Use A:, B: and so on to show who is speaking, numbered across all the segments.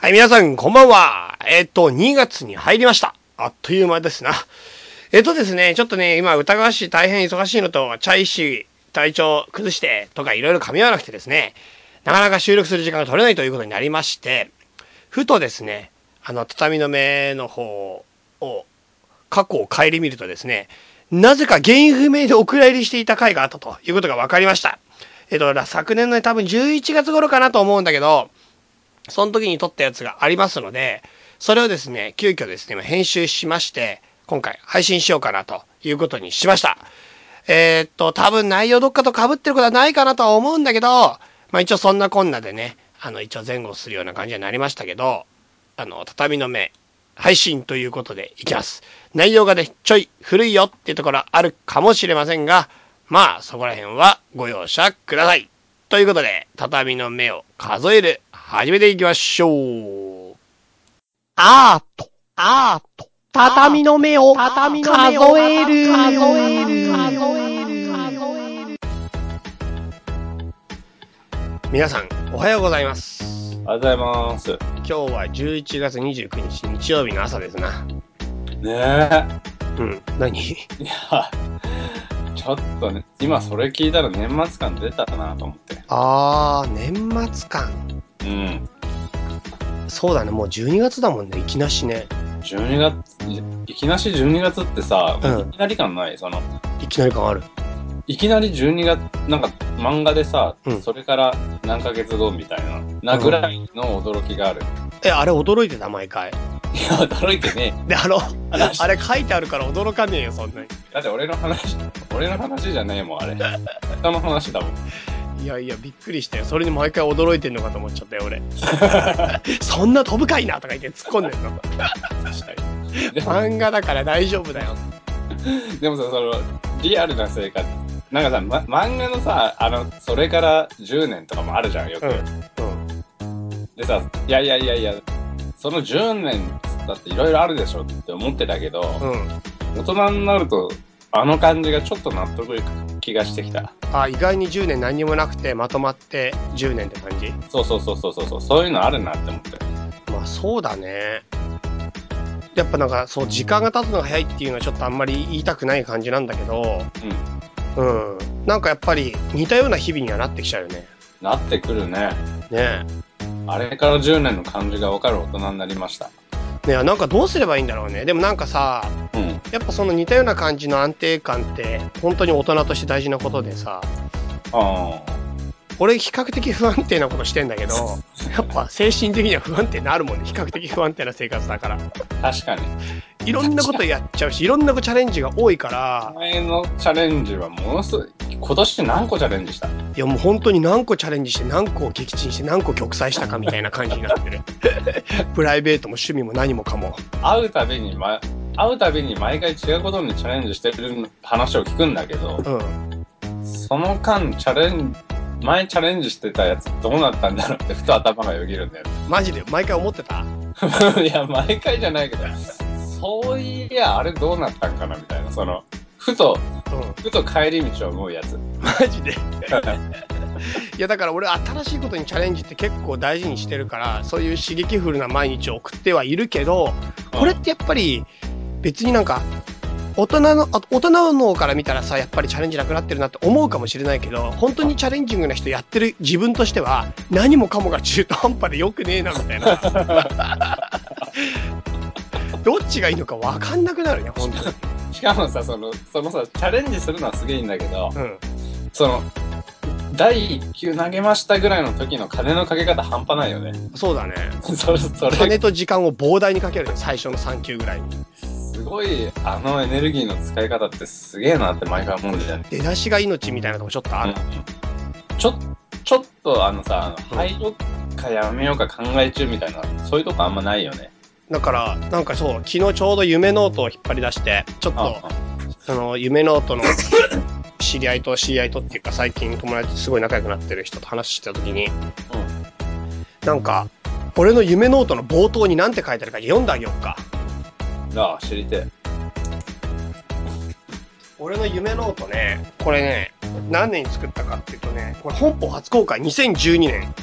A: はい、皆さん、こんばんは。えっと、2月に入りました。あっという間ですな。えっとですね、ちょっとね、今、歌川市大変忙しいのと、チャイ市体調崩してとかいろいろ噛み合わなくてですね、なかなか収録する時間が取れないということになりまして、ふとですね、あの、畳の目の方を、過去を顧みるとですね、なぜか原因不明でお蔵入りしていた回があったということが分かりました。えっと、昨年のね、多分11月頃かなと思うんだけど、その時に撮ったやつがありますので、それをですね、急遽ですね、今編集しまして、今回配信しようかなということにしました。えーっと、多分内容どっかと被ってることはないかなとは思うんだけど、まあ一応そんなこんなでね、あの一応前後するような感じになりましたけど、あの、畳の目、配信ということでいきます。内容がね、ちょい古いよっていうところはあるかもしれませんが、まあそこら辺はご容赦ください。ということで、畳の目を数える、始めていきましょう。アート、アート、畳の目を
B: 畳の目を
A: 数える、
B: 数える
A: 皆さん、おはようございます。
C: ありがとうございます。
A: 今日は11月29日日曜日の朝ですな。
C: ねえ。
A: うん、何
C: いや、ちょっとね、今それ聞いたら年末感出たなと思って。
A: あー、年末感。
C: うん。
A: そうだね、もう12月だもんね、いきなしね。
C: 12月、いいきなし12月ってさ、
A: うん
C: いきなり感ないその、
A: いきなり感ある。
C: いきなり12月、なんか漫画でさ、
A: うん
C: それから何ヶ月後みたいな、なぐらいの驚きがある。
A: え、あれ驚いてた、毎回。
C: いや、驚いてね
A: で、あの、
C: え話。
A: あれ書いてあるから驚かねえよ、そんなに。
C: だって俺の話、俺の話じゃねえもん、あれ。人の話だもん。
A: いやいや、びっくりしたよ。それに毎回驚いてんのかと思っちゃったよ、俺。そんな飛ぶかいなとか言って突っ込んでんの。
C: 確かに。でも
A: 漫画だから大丈夫だよ。
C: でもさ、その、リアルな生活、なんかさ、ま、漫画のさ、あの、それから10年とかもあるじゃん、よく。
A: うん。
C: でさ、いやいやいやいや、その10年だっていろいろあるでしょって思ってたけど、
A: うん。
C: 大人になると、あの感じがちょっと納得いく気がしてきた。
A: あ、意外に10年何にもなくてまとまって10年って感じ
C: そうそうそうそうそうそう、そういうのあるなって思って。
A: まあそうだね。やっぱなんかそう、時間が経つのが早いっていうのはちょっとあんまり言いたくない感じなんだけど、
C: う
A: う
C: ん。
A: ん。なんかやっぱり似たような日々にはなってきちゃうよね。
C: なってくるね。
A: ね
C: あれから10年の感じがわかる大人になりました。
A: え。ねえ、なんかどうすればいいんだろうね。でもなんかさ、
C: うん。
A: やっぱその似たような感じの安定感って本当に大人として大事なことでさ
C: あ
A: 俺比較的不安定なことしてんだけどやっぱ精神的には不安定になるもんね比較的不安定な生活だから
C: あ、 確かに。
A: いろんなことやっちゃうしいろんなチャレンジが多いから
C: 前のチャレンジはものすごい、今年何個チャレンジした
A: いやもう本当に何個チャレンジして何個撃沈して何個玉砕したかみたいな感じにな ってるプライベートも趣味も何もかも
C: 会うたびに、ま、会うたびに毎回違うことにチャレンジしてる話を聞くんだけど、
A: うん
C: その間、チャレンジ、前チャレンジしてたやつどうなったんだろうってふと頭がよぎるんだよ
A: マジで毎回思ってた
C: ね。い や、毎回じゃないけど、そういや、あれどうなったんかなみたいな、その、ふと、
A: うん
C: ふと帰り道を思うやつ。
A: マ ジでいやだから俺新しいことにチャレンジって結構大事にしてるからそういう刺激フルな毎日を送ってはいるけどこれってやっぱり別になんか大人のあ大人の方から見たらさやっぱりチャレンジなくなってるなって思うかもしれないけど本当にチャレンジングな人やってる自分としては何もかもが中途半端でよくねえなみたいなどっちがいいのか分かんなくなるね本当に。
C: しかもさ、その、そのさ、チャレンジするのはすげえいいんだけど、
A: うん
C: その、第1球投げましたぐらいの時の金のかけ方半端ないよね。
A: そうだね
C: それ、それ
A: 金と時間を膨大にかけるね最初の3級ぐらいに。
C: すごい、あのエネルギーの使い方ってすげえなって毎回思うんだよね。
A: 出だしが命みたいなとこちょっとある。
C: ちょ、ちょっとあのさ、あ
A: うん
C: の入ろうかやめようか考え中みたいな、そういうとこあんまないよね。
A: だから、なんかそう、昨日ちょうど夢ノートを引っ張り出して、ちょっと、その、夢ノートの知り合いと知り合いとっていうか、最近友達とすごい仲良くなってる人と話してた時に、なんか、俺の夢ノートの冒頭に何て書いてあるか読んであげようか。
C: うん。ああ、知りてえ。
A: 俺の夢ノートね、これね、何年に作ったかっていうとね、これ本邦初公開2012年。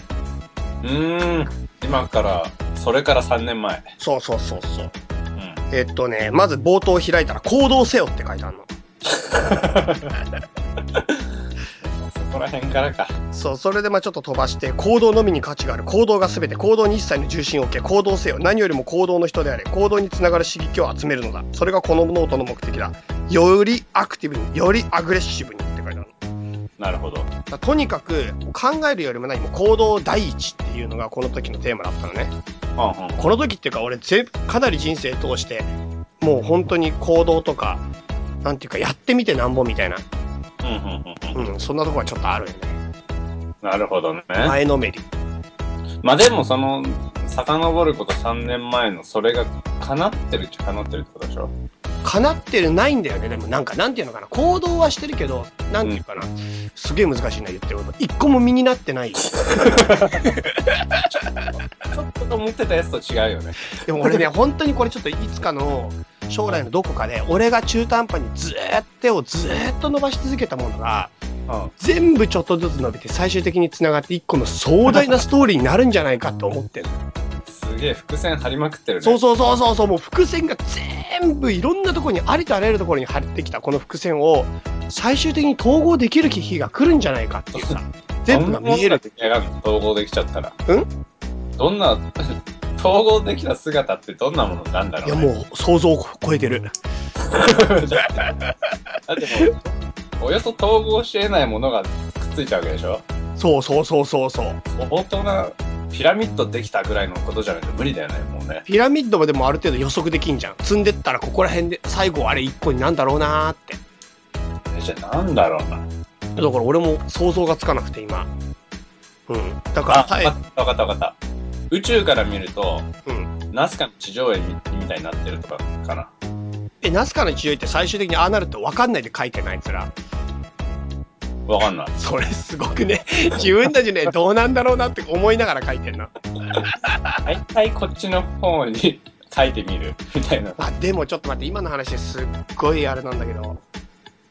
C: うーん。今から、そそれから3年前。
A: そうそうそうそう。
C: うん。
A: えっとね、まず冒頭開いたら、行動せよって書いてあるの。
C: そこら辺からか。
A: そう、それでまあちょっと飛ばして、行動のみに価値がある。行動が全て。行動に一切の重心を置け。行動せよ。何よりも行動の人であれ。行動につながる刺激を集めるのだ。それがこのノートの目的だ。よりアクティブに、よりアグレッシブにって書いてあるの。
C: なるほど。
A: だからとにかく、考えるよりも何も行動第一っていうのがこの時のテーマだったのね。
C: うんうん。
A: この時っていうか俺ぜかなり人生通してもう本当に行動とかなんていうかやってみてなんぼみたいな、
C: うんうんうんうん。
A: うん、そんなとこはちょっとあるよね
C: なるほどね。
A: 前のめり
C: まあでもその、遡ること3年前のそれが叶ってるっちゃ叶ってるってことでしょ
A: 叶ってるないんだよねでもなんかなんていうのかな行動はしてるけどなんていうかな、すげえ難しいな言ってること一個も身になって ない
C: ちょっと思ってたやつと違うよね。
A: でも俺ね本当にこれちょっといつかの将来のどこかで俺が中途半端にずーっと手をずーっと伸ばし続けたものが
C: うん。
A: 全部ちょっとずつ伸びて最終的につながって一個の壮大なストーリーになるんじゃないかと思ってる
C: すげえ伏線張りまくってるね。
A: そうそうそうそうそう、もう伏線が全部いろんなところにありとあらゆるところに張ってきたこの伏線を最終的に統合できる日が来るんじゃないかっていうさ、全部が見える。
C: 出来上がるの統合できちゃったら。
A: うん
C: どんな、統合できた姿ってどんなものなんだろ
A: いや
C: う、ね、
A: もう想像を超えてる。
C: だってもう、およそ統合し得ないものがくっついちゃうわけでしょ
A: そうそうそうそうそう。
C: 相当なピラミッドできたぐらいのことじゃないと無理だよね、もうね。
A: ピラミッドまでもある程度予測できんじゃん。積んでったらここら辺で最後あれ一個になんだろうなーって。
C: えじゃあなんだろう
A: だ
C: な。
A: から俺も想像がつかなくて今。うん。だから、
C: あ、
A: はい
C: わかったわかったわかった。宇宙から見ると、
A: うん。
C: ナスカの地上絵みみたいになってるとかかな。
A: え、ナスカの地上絵って最終的にああなるって分かんないで書いてないつら。
C: わかんない。
A: それすごくね、 自分たちね、どうなんだろうなって思いながら書いてんな。
C: 大体こっちの方に書いてみるみたいな。
A: あ、でもちょっと待って、今の話すっごいあれなんだけど、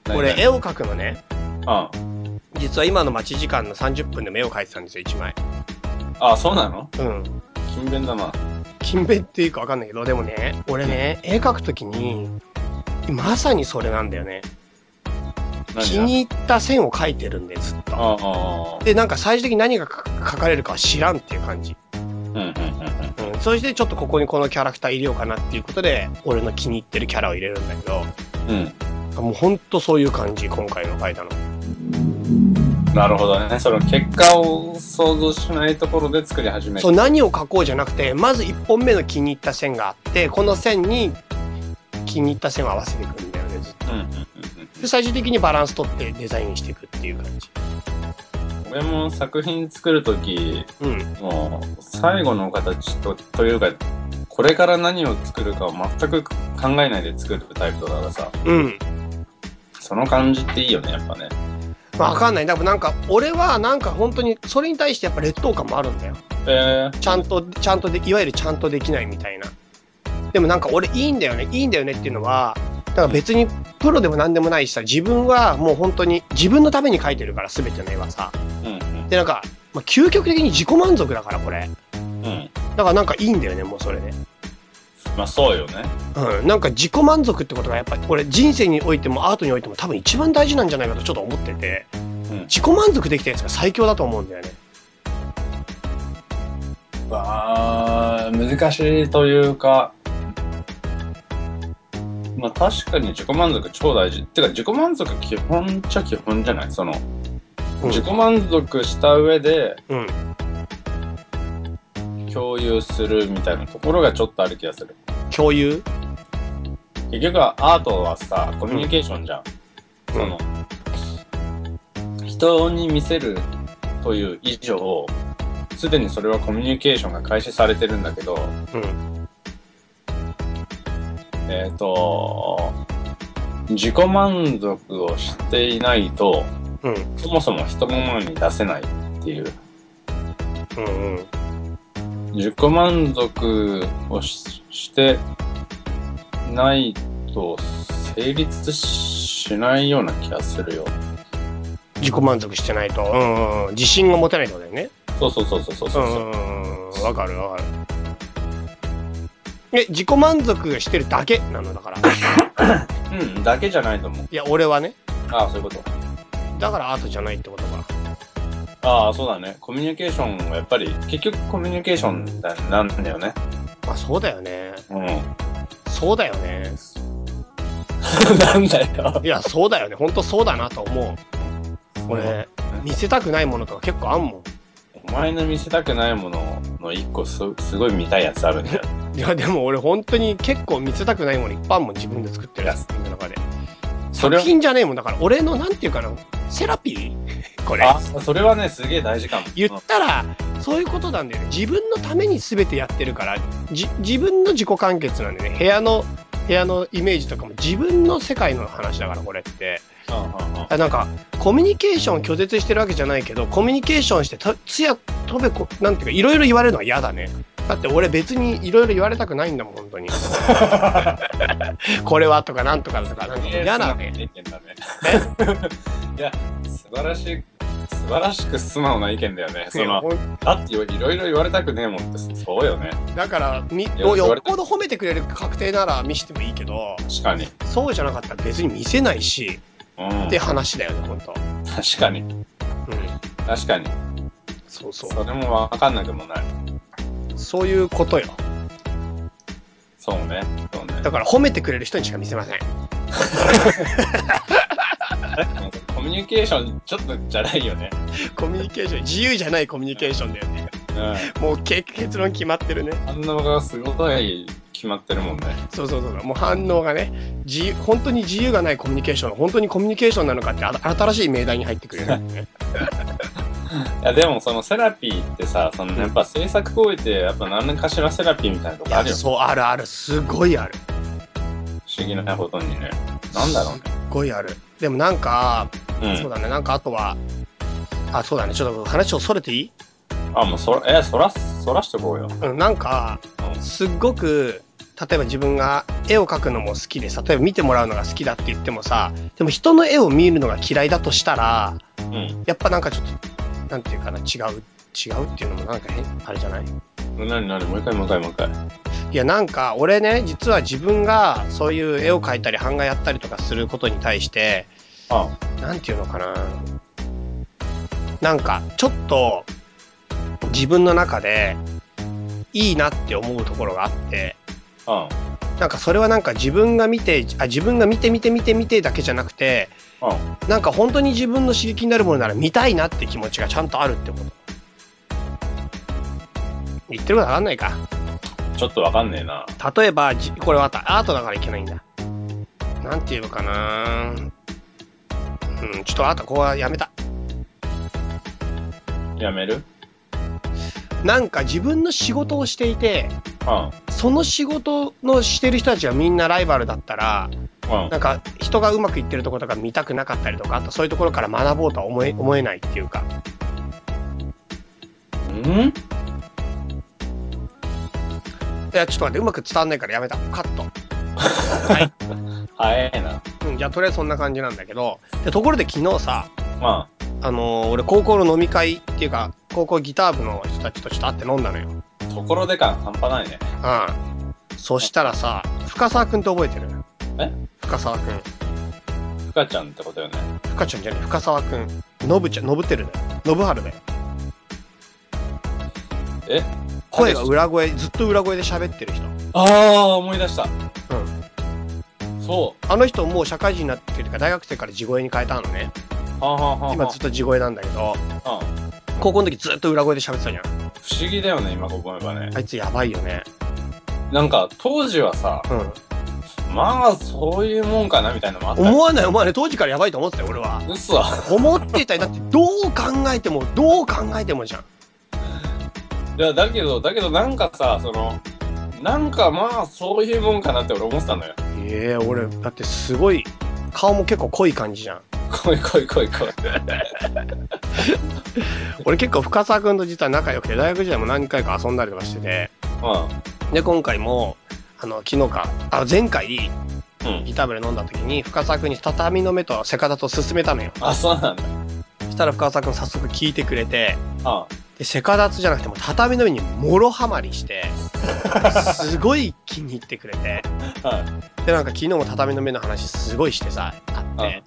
C: 何
A: 俺絵を描くのね、
C: 々うん。
A: 実は今の待ち時間の30分でも絵を描いてたんですよ、1枚。
C: あ、そうなの
A: うん。
C: 勤勉だな。
A: 勤勉っていうかわかんないけど、でもね、俺ね、絵描くときに、まさにそれなんだよね。気
C: 何
A: に入った線を描いてるんで、ずっ
C: だ
A: と。
C: ああ。
A: で、なんか最終的に何が描か描かれるかは知らんっていう感じ。
C: うんうんうんうん。
A: うん。そしてちょっとここにこのキャラクター入れようかなっていうことで、俺の気に入ってるキャラを入れるんだけど、
C: う
A: もうほんとそういう感じ、今回の書いたの。
C: ん。なるほどね。その結果を想像しないところで作り始め
A: そう、
C: る。
A: 何を書こうじゃなくて、まず1本目の気に入った線があって、この線に気に入った線を合わせていくんだよね、ずっと
C: うんうんうん
A: で、最終的にバランス取ってデザインしていくっていう感じ。
C: うん。俺も作品作るとき、
A: うん。
C: もう最後の形とというか、これから何を作るかを全く考えないで作るタイプだからさ、
A: うん。
C: その感じっていいよね、やっぱね。
A: まあ、わかんない。だからなんか、俺はなんか本当に、それに対してやっぱ劣等感もあるんだよ。
C: え
A: ちゃんと、ちゃんとで、いわゆるちゃんとできないみたいな。でもなんか俺いいんだよね、いいんだよねっていうのは、だから別にプロでも何でもないしさ、自分はもう本当に自分のために描いてるから、全ての絵はさ。
C: ー、うん
A: で、なんか、まあ、究極的に自己満足だから、これ。
C: うんうん。
A: だからなんかいいんだよね、もうそれで。
C: まあそうよね。
A: うん。なんか自己満足ってことがやっぱり、俺人生においてもアートにおいても多分一番大事なんじゃないかとちょっと思ってて、
C: うん。
A: 自己満足できたやつが最強だと思うんだよね。
C: あー難しいというか、まあ確かに自己満足超大事。てか自己満足基本っちゃ基本じゃないその、
A: うん
C: 自己満足した上で
A: うん。
C: 共有するみたいなところがちょっとある気がする。
A: 共有
C: 結局はアートはさコミュニケーションじゃん、
A: ん
C: その人に見せるという以上すでにそれはコミュニケーションが開始されてるんだけど
A: うん。
C: えっ、と自己満足をしていないと
A: うん。
C: そもそも人の前に出せないっていう
A: うんうん。
C: 自己満足をししてないと成立しないような気がするよ
A: 自己満足してないと、うんうんうん、自信が持てないってことだよね。
C: そうそうそうそうそう
A: う
C: そ
A: ん
C: う
A: うんうんうん。わかるわかる。え、自己満足してるだけなのだから。い
C: うん、だけじゃないと思う。
A: や、俺はね。
C: ああ、そういうこと。
A: だからアートじゃないってことが。
C: ああ、そうだね。コミュニケーションはやっぱり、結局コミュニケーションだなんだよね。
A: まあそうだよね。
C: うん。
A: そうだよね。
C: なんだよ。
A: いや、そうだよね。ほんとそうだなと思う。俺、見せたくないものとか結構あんも
C: お前の見せたくないものの一個すすごい見たいやつあるんだよ。
A: ん。いや、でも俺本当に結構見せたくないものいっぱいあるもん。自分で作ってるやつの中で。
C: そ
A: 作
C: れは
A: 品じゃねえもん。だから俺のなんていうかな、セラピー これ。
C: あ、それはね、すげえ大事かも。
A: 言ったら、そういうことなんだよね。自分のために全てやってるから、じ自分の自己完結なんでね。部屋の、部屋のイメージとかも自分の世界の話だから、これって。
C: うんうんうん
A: あなんかコミュニケーションを拒絶してるわけじゃないけどコミュニケーションしてたつやとべこなんていうかいろいろ言われるのは嫌だねだって俺別にいろいろ言われたくないんだもん本当に これはとかなんとかとかなんか
C: いや
A: 嫌だね
C: 素直な意見だね。 いや、素晴らしい、素晴らしく素直な意見だよね。そ
A: いや
C: の、
A: ほん
C: だっていろいろ言われたくねえもんって、そうよね。
A: だからみ
C: や
A: よ
C: 言わ
A: よっ
C: れた
A: ぽど褒めてくれる確定なら見せてもいいけど
C: 確かに。
A: そうじゃなかったら別に見せないし
C: うん
A: っ。て話だよね本当
C: 確かに。
A: うん
C: 確かに。
A: そうそ
C: そうれもわかんなくもない。
A: そういうことよ
C: そうね。そうね。
A: だから褒めてくれる人にしか見せません
C: コミュニケーションちょっとじゃないよね。
A: コミュニケーション自由じゃないコミュニケーションだよね
C: うん。
A: もう結結論決まってるね
C: 反応がすごい決まってるもんね。
A: そうそうそうそうもう反応がね自由本当に自由がないコミュニケーション本当にコミュニケーションなのかってあ新しい命題に入ってくるよ ね
C: いや、でもそのセラピーってさ、そのやっぱ制作行為ってやっぱ何かしらセラピーみたいなと
A: い
C: こあ
A: や
C: るよ。
A: そうあるあるすごいある
C: 不思議なことにね。なんだろうね。
A: すっごいあるでもなんか、
C: うん。
A: そうだねなんかあとはあそうだねちょっと話をそれていい、
C: あ、もうそら、え、そら、そらしとこうよ。
A: うん、なんか
C: うん
A: すっごく例えば自分が絵を描くのも好きでさ例えば見てもらうのが好きだって言ってもさでも人の絵を見るのが嫌いだとしたら
C: うん。
A: やっぱなんかちょっとなんていうかな違う違うっていうのもなんか変あれじゃない
C: なになにもう一回もう一回もう一回。
A: いやなんか俺ね実は自分がそういう絵を描いたり版画やったりとかすることに対して
C: あ
A: なんていうのかななんかちょっと自分の中でいいなって思うところがあって
C: あ、
A: なんかそれはなんか自分が見てあ自分が見て見て見て見てだけじゃなくて
C: あ、
A: なんか本当に自分の刺激になるものなら見たいなって気持ちがちゃんとあるってこと言ってることわかんないか
C: ちょっとわかんねえな。
A: 例えばじこれはアートだからいけないんだなんていうのかなうんちょっとアートここはやめた
C: やめる
A: なんか自分の仕事をしていて
C: あ
A: その仕事のしてる人たちがみんなライバルだったら
C: あ、
A: なんか人がうまくいってるところとか見たくなかったりとかあとそういうところから学ぼうとは思え思えないっていうか
C: うん
A: いやちょっと待ってうまく伝わんないからやめたカットはい
C: 早いな。
A: うん、じゃあとりあえずそんな感じなんだけどでところで昨日さ
C: ま
A: あのー俺高校の飲み会っていうか高校ギター部の人たちとちょっと会って飲んだのよ
C: あ、ところで感半端ないね。
A: うんそしたらさ深沢君って覚えてる
C: え
A: 深沢君
C: ふかちゃんってことよね。
A: 深ちゃんじゃねえ深沢君ノブちゃんノブテルだよノブハルだよ
C: え
A: 声が裏声ずっと裏声で喋ってる人
C: ああ、思い出した。
A: うん
C: そう。
A: あの人もう社会人になってるから大学生から地声に変えたのね
C: はあ、はあはあはあ、
A: 今ずっと地声なんだけど
C: ああ
A: 高校の時ずっと裏声で喋ってたじゃん
C: 不思議だよね、今思えばね。
A: あいつやばいよね
C: なんか、当時はさ、
A: うん
C: まあ、そういうもんかな、みたいなのもあった
A: 思わない思わない当時からやばいと思ってたよ俺は
C: うそ。
A: 思ってたよだってどう考えてもどう考えてもじゃん
C: いや、だけど、だけどなんかさ、その、なんかまあ、そういうもんかなって俺思ってたのよ。
A: ええ俺だってすごい顔も結構濃い感じじゃん
C: 来い来い来い来い。
A: 俺結構深澤君と実は仲良くて大学時代も何回か遊んだりとかしてて
C: う
A: で今回もあの昨日かあ前回
C: ん。うん。
A: ギター部で飲んだ時に深澤君に畳の目とセカダと勧めたのよ
C: あ、そうなんだ。
A: そしたら深澤君早速聞いてくれて
C: あ
A: で、セカダツじゃなくても畳の上にもろはまり して、すごい気に入ってくれて。
C: は
A: で、なんか昨日も畳の目の話すごいしてさ、あっ
C: うん
A: て。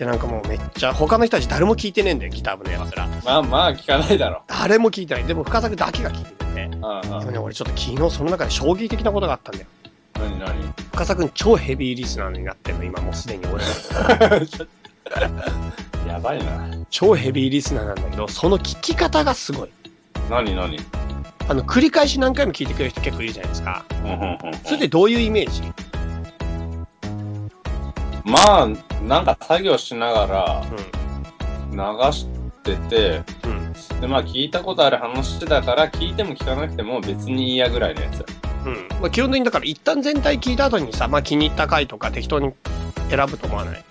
A: で、なんかもうめっちゃ、他の人たち誰も聞いてねえんだよ、ギター部のやつら。
C: い。まあまあ、聞かないだろ。
A: 誰も聞いてない。でも深作だけが聞いてて、ね。
C: うんう
A: でも
C: ん。
A: ね、俺ちょっと昨日その中で衝撃的なことがあったんだよ。
C: 何何
A: 深作君超ヘビーリスナーになってるの、今もうすでに俺。
C: やばいな。
A: 超ヘビーリスナーなんだけど、その聞き方がすごい。
C: 何何うん
A: あの、繰り返し何回も聞いてくれる人結構いるじゃないですか。
C: うんうん。
A: それでどういうイメージ
C: まあ、なんか作業しなが
A: う
C: ら流してて、
A: ん。うん。
C: で、まあ聞いたことある話だから、聞いても聞かなくても別にいいやぐらいのやつ。
A: うん。まあ、基本的にだから一旦全体聞いた後にさ、まあ、気に入った回とか適当に選ぶと思わない。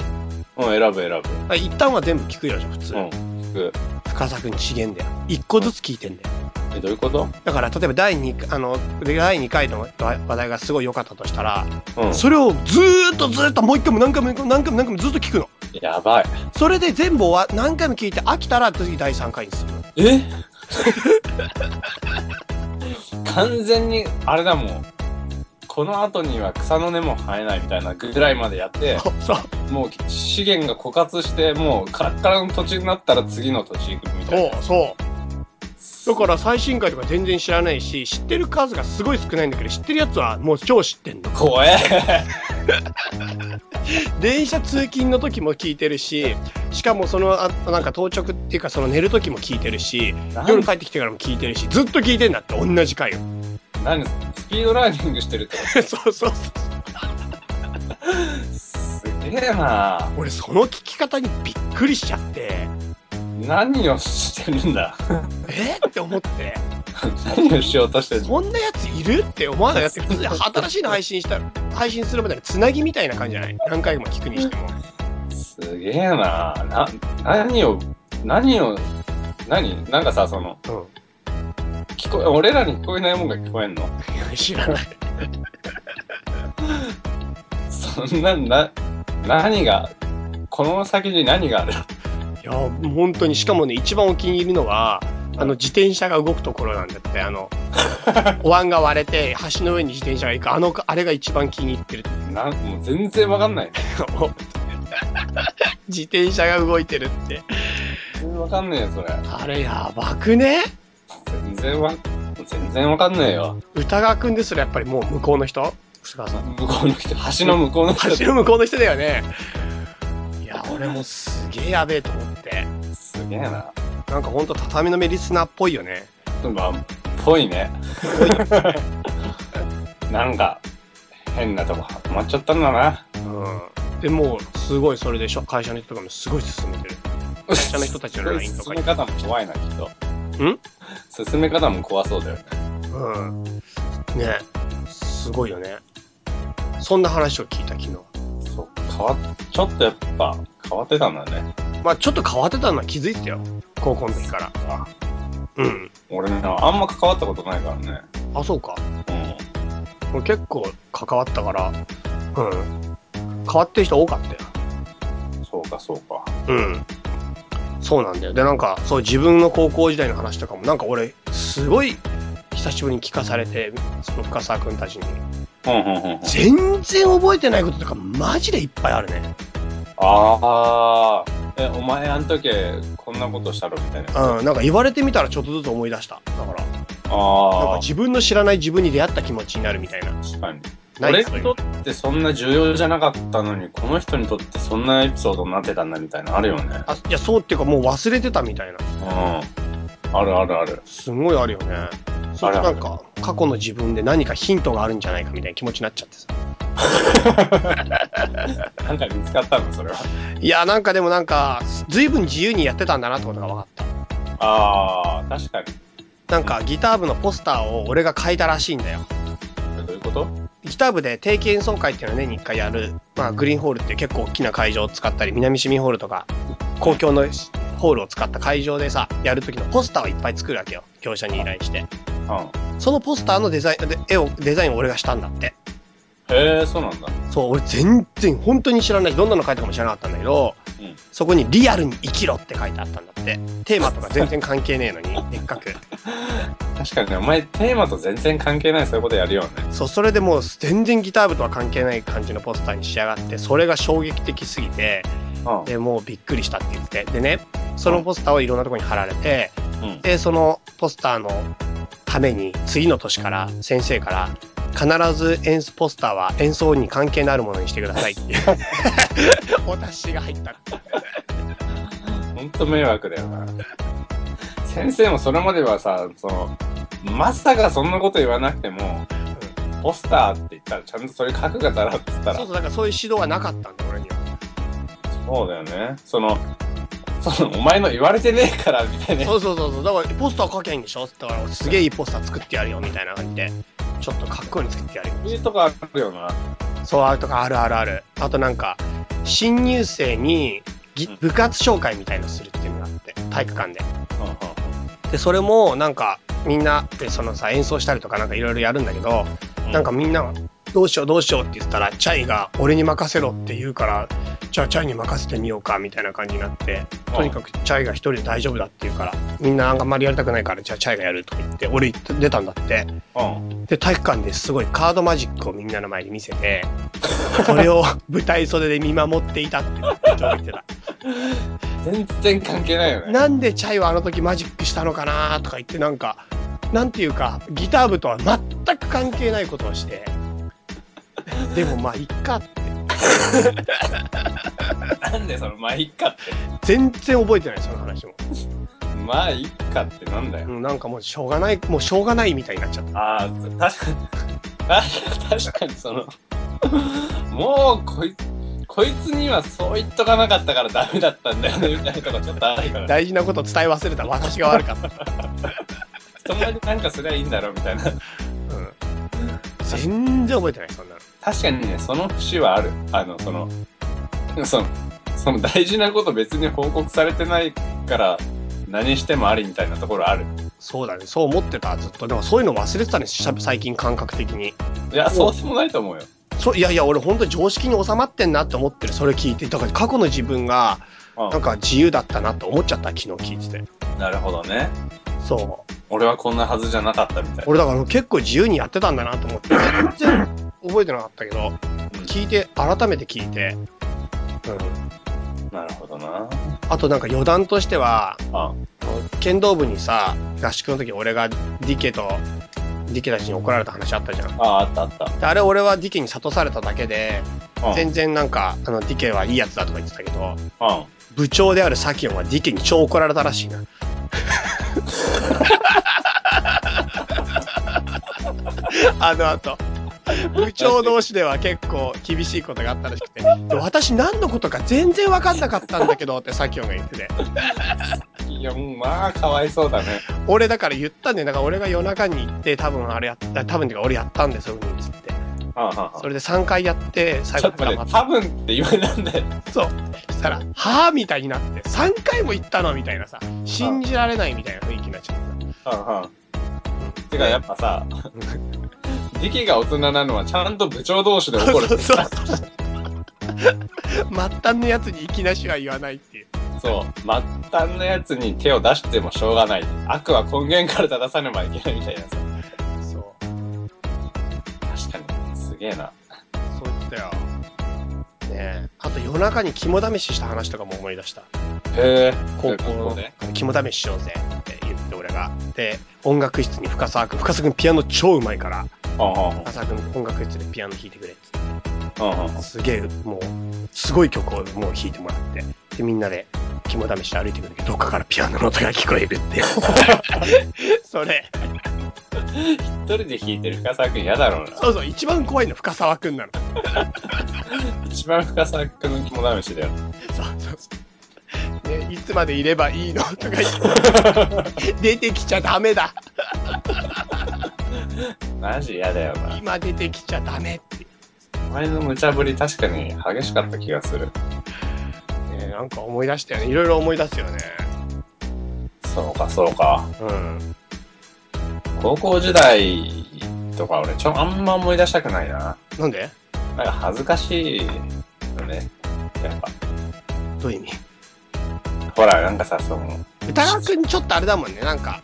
C: うん、選ぶ選
A: まあ一旦は全部聞くよ、じゃあ普通。
C: ぶ。うん、聞く。
A: 深作に違えんだよ。一個ずつ聞いてんだよ。
C: え、どういうこと
A: だから、例えば第2、あの、第2回の話題がすごい良かったとしたら、
C: うん。
A: それをずーっとずーっともう一回も何回も何回も何回もずっと聞くの。
C: やばい。
A: それで全部終わ、何回も聞いて飽きたら次第3回にする。
C: え完全に、あれだもん。この後には草の根も生えないみたいなぐらいまでやって、
A: そう。
C: もう資源が枯渇して、もうカラッカラの土地になったら次の土地行くみたい
A: そ
C: な。
A: う、そう。だから最新回とか全然知らないし、知ってる数がすごい少ないんだけど、知ってるやつはもう超知ってんの。
C: 怖え。
A: 電車通勤の時も聞いてるし、しかもその、あなんか当直っていうかその寝る時も聞いてるし、夜帰ってきてからも聞いてるし、ずっと聞いてんだって、同じ 回を。
C: 何スピードラーニングしてるってこ
A: そうそうそう。
C: とすげえな
A: 俺その聞き方にびっくりしちゃって、
C: 何をしてるんだ
A: えって思 って、
C: 何をしようとしてるんだ
A: そんなやついるって思わないやつ、普通に新しいの配信した、配信するまでのつなぎみたいな感じじゃない何回も聞くにしても。
C: すげえなな何を何を何なんかさその
A: うん。
C: 聞こえ俺らに聞こえないもんが聞こえんの
A: いや 知らない。
C: そんなな何がこの先に何がある
A: いや、本当に、しかもね、一番お気に入りのは、あの、自転車が動くところなんだって、あ の、お椀が割れて、橋の上に自転車が行く、あの、あれが一番気に入ってる。
C: なんもう全然わかんない
A: 自転車が動いてるって。
C: 全然わかんねえよそれ
A: あれ、やばくね
C: 全然わ全然わかんねえよ
A: 歌川くんですら、やっぱりもう向こうの人菅川さん。
C: 向こうの人橋の向こうの人
A: 橋の向こうの人だよね。いや、俺もすげえやべえと思って。
C: すげえな
A: なんかほんと畳の目リスナーっぽいよね。
C: まあぽいね なんか変なとこ止まっちゃったんだな
A: うん。でもう、すごいそれでしょ、会社の人とかもすごい進めてる。
C: 会
A: 社の人たちの LINE とか
C: 進め方も怖いなきっと
A: ん
C: 進め方も怖そうだよね
A: うん。ねすごいよね。そんな話を聞いた昨日。
C: そう変わっちょっとやっぱ変わってたんだね
A: まあちょっと変わってたのは気づいてたよ。高校の時から。
C: あ
A: うん。
C: 俺ねあんま関わったことないからね
A: あ、そうか。
C: うん
A: 俺結構関わったから、うん。変わってる人多かったよ。
C: そうかそうか
A: うん。そうなんだよ。で、なんか、そう、自分の高校時代の話とかも、なんか俺、すごい、久しぶりに聞かされて、その深沢くんたちに。
C: うんうんうんうん
A: 全然覚えてないこととか、マジでいっぱいあるね。
C: ああえお前あん時こんなことしたろみたいな
A: うん、なんか言われてみたらちょっとずつ思い出した。だから、なんか
C: ああ
A: 自分の知らない自分に出会った気持ちになるみたいな。
C: 確かに
A: ない
C: 俺に
A: そういう
C: とってそんな重要じゃなかったのにこの人にとってそんなエピソードになってたんだみたいなのあるよね
A: あ、いや、そうっていうかもう忘れてたみたいな。
C: うんあるあるある
A: すごいあるよね。そ
C: あ
A: う
C: るあ
A: なん
C: る
A: か、過去の自分で何かヒントがあるんじゃないかみたいな気持ちになっちゃってさ。
C: なんか見つかったのそれはい
A: や、なんかでもなんか、随分自由にやってたんだなってことが分かった。
C: ああ確かに
A: なんかギター部のポスターを俺が書いたらしいんだよ。
C: えどういうこと
A: ギター部で定期演奏会っていうのを年に1回やる、まあ、グリーンホールっていう結構大きな会場を使ったり、南市民ホールとか、公共のホールを使った会場でさ、やる時のポスターをいっぱい作るわけよ。業者に依頼して。
C: うん
A: そのポスターのデザイン、で絵を、デザインを俺がしたんだって。
C: へえ、そうなんだ。
A: そう、俺全然本当に知らないし、どんなの書いたかも知らなかったんだけど、
C: うん
A: そこにリアルに生きろって書いてあったんだって。テーマとか全然関係ねえの に、でっかく。
C: 確かにね、お前テーマと全然関係ないそういうことやるよね。
A: そう、それでもう全然ギター部とは関係ない感じのポスターに仕上がって、それが衝撃的すぎて、
C: うん。
A: で、もうびっくりしたって言って。でね、そのポスターをいろんなとこに貼られて、
C: うん。
A: で、そのポスターのために、次の年から、先生から、必ず演奏ポスターは演奏に関係のあるものにしてくださいって いうお達しが入ったっていう
C: ほんと迷惑だよな。 先生もそれまではさ、その、まさかそんなこと言わなくても、ポスターって言ったらちゃんとそれ書くがだらって言ったら
A: そうそう、だからそういう指導はなかったんだ、俺には。
C: そうだよね。その、その、お前の言われてねえから、みたいな。
A: そうそうそうそう、だからポスター書けんでしょって言ったから、すげえいいポスター作ってやるよ、みたいな感じで。ちょっとかっこいいの作ってやるよ。
C: そういうとこあるよな。
A: そう、あるとかあるあるある。あとなんか、新入生にぎ
C: うん
A: 部活紹介みたいのするっていうのがあって、体育館で。
C: うんうん
A: で、それもなんか、みんなでそのさ、演奏したりとかなんかいろいろやるんだけど、
C: うん
A: なんか、みんなが、どうしようどうしようって言ったら、チャイが俺に任せろって言うから、じゃあチャイに任せてみようかみたいな感じになって、とにかくチャイが一人で大丈夫だって言うから、みんなあんまりやりたくないから、じゃあチャイがやるとか言って、俺行って出たんだって。
C: く。うん。
A: で、体育館ですごいカードマジックをみんなの前に見せて、それを舞台袖で見守っていたって言ってた。
C: 全然関係ないよ ね。
A: なんでチャイはあの時マジックしたのかなとか言ってなんか、なんていうか、ギター部とは全く関係ないことをして、でもまあ、いっかって。
C: なんでその、まあいっかって。
A: 全然覚えてない、その話も。
C: まあいっかってなんだよ。
A: うんなんかもうしょうがない、もうしょうがないみたいになっちゃった。
C: ああ、確かに。あ確かにその、もうこいつ、こいつにはそう言っとかなかったからダメだったんだよね、みたいなとこちょっとあ るから。
A: 大事なこと伝え忘れた私が悪かった。
C: そんなになんかすりゃいいんだろ、みたいな。
A: うん、全然覚えてない、そんなの。
C: 確かにね、その節はある。あの、その、その、その大事なこと別に報告されてないから、何してもありみたいなところある。
A: そうだね、そう思ってた、ずっと。でもそういうの忘れてたね、しゃ最近感覚的に。
C: いや、そうでもないと思うよ。
A: そいやいや、俺本当に常識に収まってんなって思ってる、それ聞いて。だから過去の自分が、
C: うん
A: なんか自由だったなと思っちゃった、昨日聞いてて。
C: なるほどね。
A: そう。
C: 俺はこんなはずじゃなかったみたいな。
A: 俺だから結構自由にやってたんだなと思って、全然覚えてなかったけど、聞いて、改めて聞いて。うん。
C: なるほどな。
A: あとなんか余談としては、
C: あ、
A: 剣道部にさ、合宿の時俺がディケと、ディケたちに怒られた話あったじゃん。
C: ああったあった。
A: であれ俺はディケに諭されただけで、
C: うん
A: 全然なんか、あの、ディケはいいやつだとか言ってたけど、
C: うん。
A: 部長であるサキオンはディケに超怒られたらしい な。あの後。部長同士では結構厳しいことがあったらしくて、私何のことか全然分かんなかったんだけどってサキオンが言ってて。
C: いや、もう、まあ、かわいそうだね。
A: 俺だから言ったんで、だから俺が夜中に行って、多分あれやった、多分てか俺やったんで、そういうふうにつって。そ
C: それ
A: れで3回やって、最
C: ちょ
A: 後
C: っと待
A: 捕ま
C: っ、
A: ってた。
C: 多分って言われたんだよ。
A: そう。したら、はぁみたいになって、3回も行ったのみたいなさ、信じられないみたいな雰囲気になっちゃっ
C: うん。てか、やっぱさ、時期が大人なのは、ちゃんと部長同士で
A: た。
C: 怒る。
A: そうそうそう。末端のやつに行きなしは言わないっていう。
C: そう。末端のやつに手を出してもしょうがない。悪は根源から正さねばいけないみたいなさ。
A: そう。
C: 確かに。すげえな。
A: そう言ってたよ。ねえ。あと夜中に肝試しした話とかも思い出した。
C: へえ。
A: 高校の
C: で。
A: 肝試ししようぜって言って俺が。で、音楽室に深沢君、深沢君ピアノ超うまいから、
C: うんうんうん
A: 深沢君音楽室でピアノ弾いてくれって言っ
C: うんうん
A: て、すげえ、もう、すごい曲をもう弾いてもらって、で、みんなで肝試しで歩いてくるけど、どっかからピアノの音が聞こえるっていう。それ、
C: 一人で弾いてる深沢くん嫌だろうな。
A: そうそう、一番怖いの深沢君なの。
C: 一番深沢くんの肝試しだよ。
A: そうそうそう。ね、いつまでいればいいのとか言って、出てきちゃダメだ
C: マジ嫌だよな。
A: 今出てきちゃダメって。
C: お前の無茶ぶり確かに激しかった気がする。
A: ね、なんか思い出したよね。いろいろ思い出すよね。
C: そうか、そうか。
A: うん。
C: 高校時代とか俺、ちょ、あんま思い出したくないな。
A: なんで
C: なんか恥ずかしいよね。やっぱ。
A: どういう意味
C: ほら、なんかさ、その、
A: 歌川くんちょっとあれだもんね、なんか、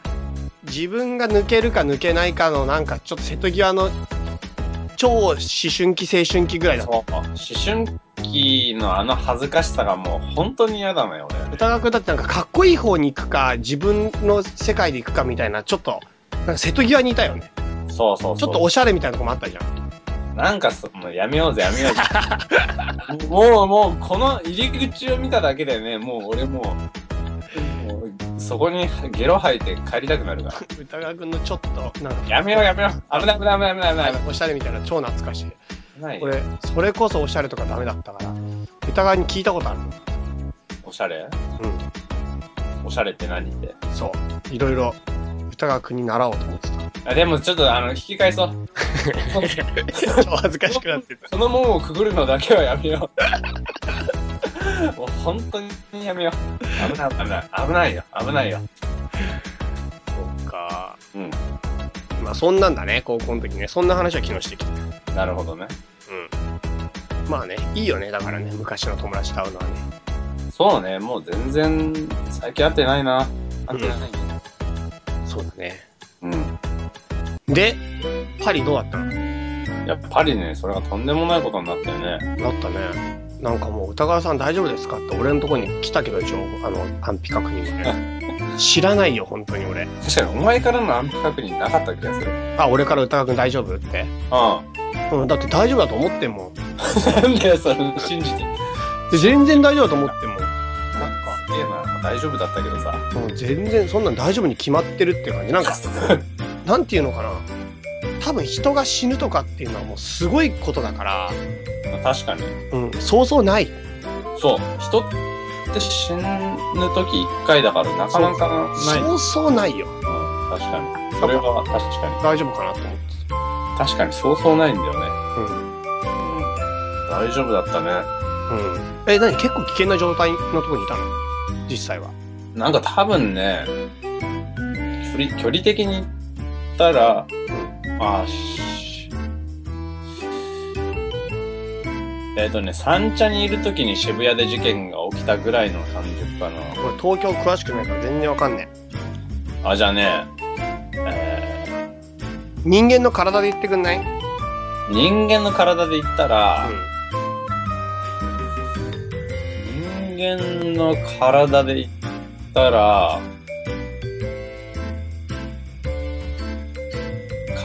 A: 自分が抜けるか抜けないかの、なんか、ちょっと瀬戸際の、超思春期、青春期ぐらいだもん。
C: そう思春期のあの恥ずかしさがもう本当に嫌だのよ、俺はね。
A: 歌川くんだってなんか、かっこいい方に行くか、自分の世界で行くかみたいな、ちょっと、なんか瀬戸際にいたよね。
C: そうそうそう。
A: ちょっとおしゃれみたいなとこもあったじゃん。
C: なんかそ、もうやめようぜ、やめようぜ。もう、もう、この入り口を見ただけでね、もう俺もう、もうそこにゲロ吐いて帰りたくなるから。
A: 歌川くんのちょっと、なんか、
C: やめよう、やめよう。危ない、危ない、危ない、危ない、危ない。
A: おしゃれみたいな、超懐かしい。
C: ない
A: 俺、それこそおしゃれとかダメだったから、歌川に聞いたことあるもん。
C: おしゃれ
A: う
C: おしゃれって何って。
A: ん、そう。いろいろ、歌川くんに習おうと思ってた。
C: あでもちょっと、あの、引き返そう。
A: 超恥ずかしくなってる。
C: その門をくぐるのだけはやめよう。もう本当にやめよう。危ない、危ない、危ないよ、危ないよ。
A: そうか。
C: うん、
A: まあそんなんだね、高校の時ね。そんな話は昨日してきた。
C: なるほどね。
A: うん。まあね、いいよね、だからね、昔の友達と会うのはね。
C: そうね、もう全然、最近会ってないな。会ってない。
A: そうだね。
C: うん
A: で、パリどうだったの
C: いやっぱりね、それがとんでもないことになったよね。
A: なったね。なんかもう、歌川さん大丈夫ですかって俺のとこに来たけど、一応、あの、安否確認ね。知らないよ、本当に俺。
C: 確かに、お前からの安否確認なかった気がする。うん。
A: あ、俺から歌川くん大丈夫って。うん、だって大丈夫だと思ってんもん。で
C: なんだよ、それ。信じて。
A: 全然大丈夫だと思ってんもん。なんか、
C: すげえな、まあ大丈夫だったけどさ。
A: もう全然そんなん大丈夫に決まってるっていう感じなん かなんていうのかな多分人が死ぬとかっていうのはもうすごいことだから、
C: まあ確かに。
A: うん、そうそうない
C: そう。人って死ぬ時一回だから、なかなかない。うん
A: そうそうないよ
C: 確かに。それは確かに。
A: 大丈夫かなと思って
C: 確かに、そうそうないんだよね。うん。大丈夫だったね。
A: うん、うん、え何結構危険な状態のとこにいたの実際は
C: なんか多分ね、距離、距離的に言ったら、まあ、しえっ、とね、三茶にいるときに渋谷で事件が起きたぐらいの感じかな。
A: 俺東京詳しくないから全然わかんねえ
C: あ、じゃあね、え
A: 人間の体で言ってくんない、うん、
C: ー人間の体で言ったら、人間の体で言ったら、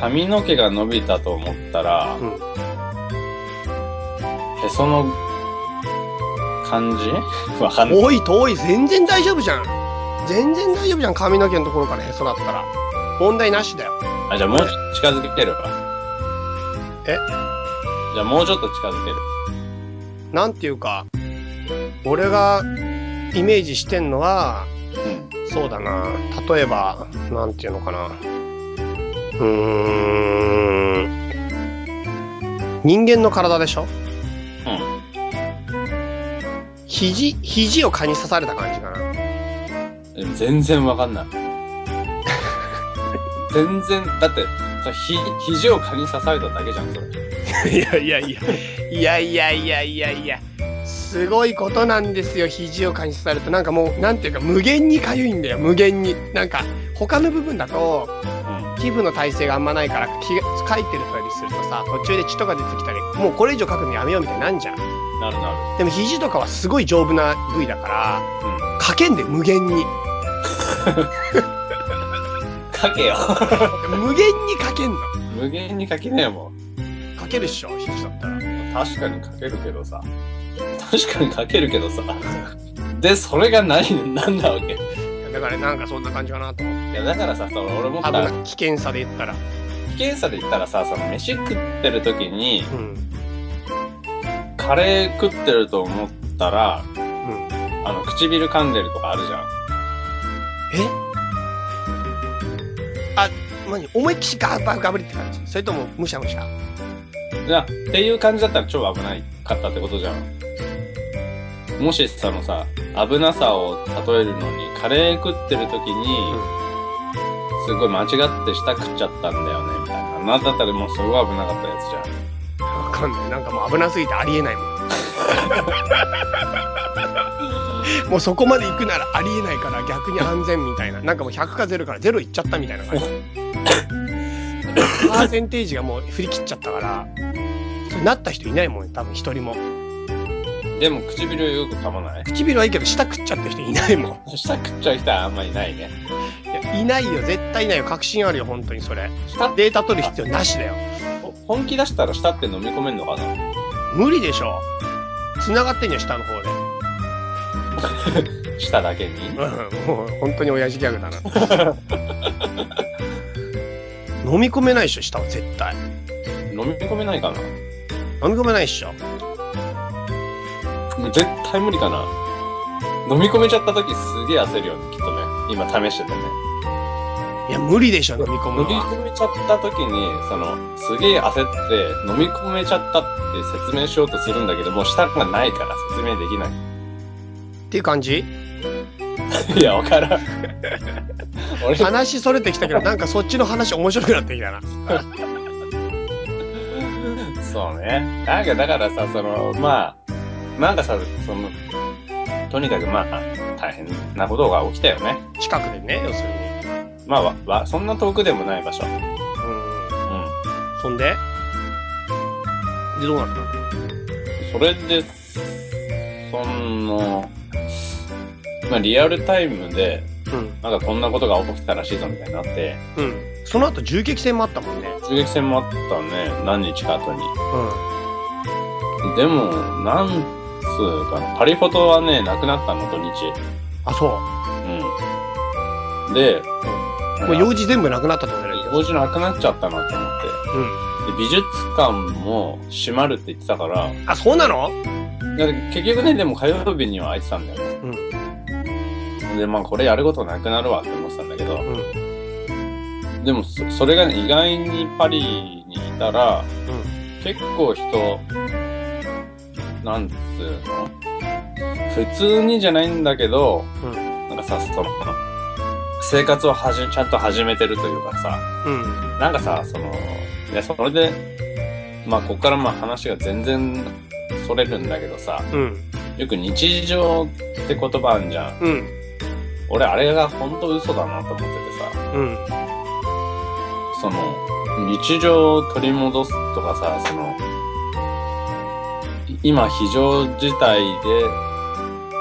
C: 髪の毛が伸びたと思ったら、
A: うん
C: へその感じ わかんない。
A: おい遠い全然大丈夫じゃん全然大丈夫じゃん髪の毛のところからへそだったら問題なしだよ
C: あ、じゃあもうちょっと近づけるわ。
A: え
C: じゃあもうちょっと近づける。
A: なんていうか、俺がイメージしてんのは、
C: うん。
A: そうだな、例えば、なんていうのかな。うーん。人間の体でしょ
C: うん。
A: 肘、肘を蚊に刺された感じかな。
C: でも全然わかんない。 全然、だって、そひ、肘を蚊に刺されただけじゃん、それ。
A: いやいやいや、いやいやいやいやいや、すごいことなんですよ、肘を蚊に刺された。なんかもう、なんていうか、無限に痒いんだよ、無限に。なんか、他の部分だと、
C: うん。
A: 皮膚の耐性があんまないから気が書いてるたりするとさ途中で血とか出てきたりもうこれ以上書くのやめようみたいになんじゃん
C: なるなる。
A: でも肘とかはすごい丈夫な部位だから
C: うん。
A: 書けんで無限に
C: かけよ。
A: 無限に書けんの
C: 無限にかけねえもん。
A: 書けるっしょ肘だったら
C: 確かにかけるけどさ。確かにかけるけどさ。で、それが何、なんだわけ。い
A: いやだからなんかそんな感じかなと思って
C: や、だからさ、その俺も
A: 危な
C: さ、
A: い危険さで言ったら
C: 危険さで言ったらさ、その飯食ってる時に、
A: うん
C: カレー食ってると思ったら、
A: うん
C: あの、唇噛んでるとかあるじゃん。
A: えあ何思いっきりガーバーガブリって感じそれともむしゃむしゃ
C: いや、っていう感じだったら超危ないかったってことじゃん。もしそのさ、危なさを例えるのに、カレー食ってる時に、すごい間違って下食っちゃったんだよね、みたいな。なんだったらもうすごい危なかったやつじゃん。
A: わかんない。なんかもう危なすぎてありえないもん。もうそこまで行くならありえないから逆に安全みたいな。なんかもう100か0から0いっちゃったみたいな感じ。パーセンテージがもう振り切っちゃったから、それなった人いないもん、多分一人も。
C: でも唇をよく噛まない
A: 唇はいいけど舌食っちゃった人いないもん。
C: 舌食っちゃう人はあんまりいないね。
A: いないよ、絶対いないよ。確信あるよ、本当にそれ。
C: 舌って
A: データ取る必要なしだよ。
C: ほ本気出したら舌って飲み込めんのかな
A: 無理でしょ。繋がってんじゃん、下の方で。
C: 舌だけに
A: うんもう本当に親父ギャグだな。飲み込めないでしょ、下は絶対。
C: 飲み込めないかな
A: 飲み込めないでしょ。
C: もう絶対無理かな飲み込めちゃった時すげえ焦るよね、きっとね。今試しててね。
A: いや、無理でしょ、飲み込む
C: 飲
A: の
C: み
A: は。
C: 込めちゃった時に、その、すげえ焦って、飲み込めちゃったって説明しようとするんだけど、もう舌がないから説明できない。
A: っていう感じ
C: いや、わからん。俺、
A: 話それてきたけど、なんかそっちの話面白くなってきたな。
C: そうね。なんかだからさ、その、まあ、なんかさ、その、とにかくまあ、大変なことが起きたよね。
A: 近くでね、要するに。
C: まあ、わ、わ、そんな遠くでもない場所。う
A: う
C: ん。
A: ん。そんでで、どうなったの
C: それで、その、まあ、リアルタイムで、
A: うん。
C: なんかこんなことが起きたらしいぞみたいになって、
A: うん。その後銃撃戦もあったもんね。
C: 銃撃戦もあったね、何日か後に。
A: う
C: でも、なんつうかな、パリフォトはね、なくなったの、土日。
A: ん。あ、そう。
C: うん。で、
A: もう用事全部なくなったってことだよね。
C: 用事なくなっちゃったなと思って。
A: うん。
C: で美術館も閉まるって言ってたから、
A: あ、そうなの
C: だから結局ね、でも火曜日には空いてたんだよ
A: うん。うん。
C: ね。で、まあこれやることなくなるわって思ってたんだけど、でもそそれがね、意外にパリにいたら、結構人、なんつうの普通にじゃないんだけど、
A: うん。
C: なんかさ、その、生活をはじ、ちゃんと始めてるというかさ、
A: うん。うん。
C: なんかさ、その、いや、それで、まあ、こっからまあ話が全然それるんだけどさ、
A: うん。
C: よく日常って言葉あんじゃん。
A: うん。
C: 俺、あれが本当嘘だなと思っててさ、
A: うん。
C: その、日常を取り戻すとかさ、その、い今非常事態で、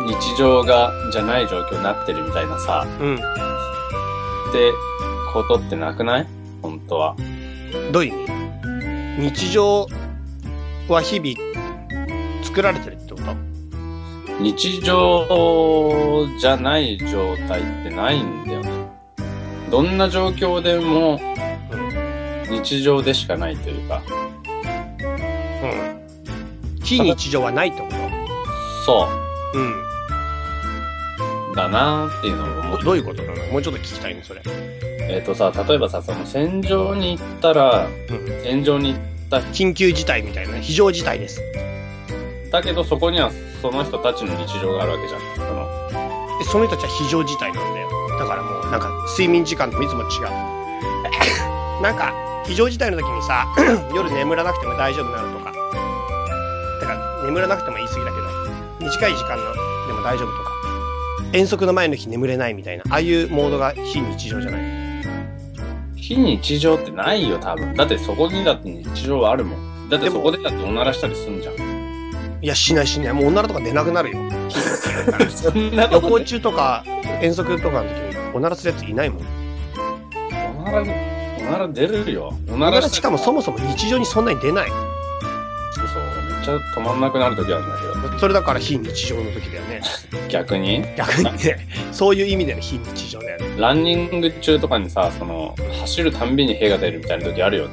C: 日常が、じゃない状況になってるみたいなさ、
A: うん。
C: ってことってなくない本当は。
A: どういう意味日常は日々作られてるってこと
C: 日常じゃない状態ってないんだよね。どんな状況でも
A: うん。
C: 日常でしかないというか。
A: 非日常はないってこ
C: そ
A: とうん。
C: うだなっていうのを思う
A: ど。どういうことなのもうちょっと聞きたいね、それ。
C: えっ、とさ、例えばさ、その戦場に行ったら、
A: うん。
C: 戦場に行った人
A: 緊急事態みたいな、非常事態です。
C: だけど、そこにはその人たちの日常があるわけじゃん。その、
A: で、その人たちは非常事態なんだよ。だからもう、なんか、睡眠時間といつも違う。 なんか、非常事態の時にさ、 夜眠らなくても大丈夫なのとか、てか、眠らなくても言い過ぎだけど、短い時間のでも大丈夫とか、遠足の前の日眠れないみたいな、ああいうモードが非日常じゃない。
C: 非日常ってないよ、多分。だってそこにだって日常はあるもん。だって
A: でも
C: そこでだっておならしたりすんじゃん。
A: いや、しないしない。もう女のとか出なくなるよ。
C: そんな
A: 旅
C: とこ
A: 行
C: で。
A: 中とか、遠足とかの時に、おならするやついないもん。
C: おなら、おなら出るよ。お
A: お
C: な
A: な
C: ら
A: ら
C: た
A: しかもそもそも日常にそんなに出ない。
C: そうそう、めっちゃ止まんなくなる時あるんだけ
A: それだから非日常の時だよね。
C: ど、逆に、
A: 逆にね、そういう意味での非日常だよね。
C: ランニング中とかにさ、その、走るたんびに屁が出るみたいな時あるよね。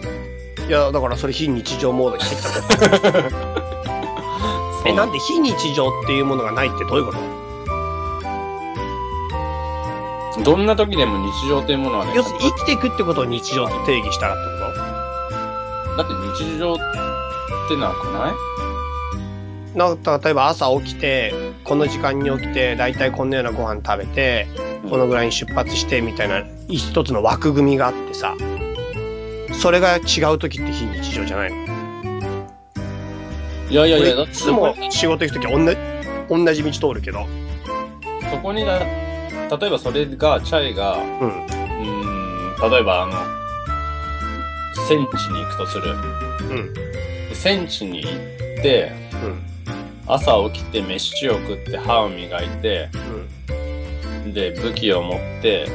A: いや、だからそれ非日常モードに入っ たのえ、なんで非日常っていうものがないってどういうこと
C: どんな時でも日常というものはね、
A: 要するに生きていくってことを日常と定義したらってこ
C: だって日常ってなくない
A: となんか例えば朝起きて、この時間に起きて、だいたいこんなようなご飯食べて、このぐらいに出発してみたいな一つの枠組みがあってさ、それが違う時って非日常じゃないの
C: いやいやい
A: 俺
C: や、だっ
A: い
C: て
A: つも仕事行くとき同じ、同じ道通るけど。
C: そこにだ、例えばそれが、チャイが、う
A: うん。
C: ーん、例えばあの、戦地に行くとする。
A: うん。
C: で戦地に行って、
A: うん。
C: 朝起きて飯を食って歯を磨いて、で、武器を持って、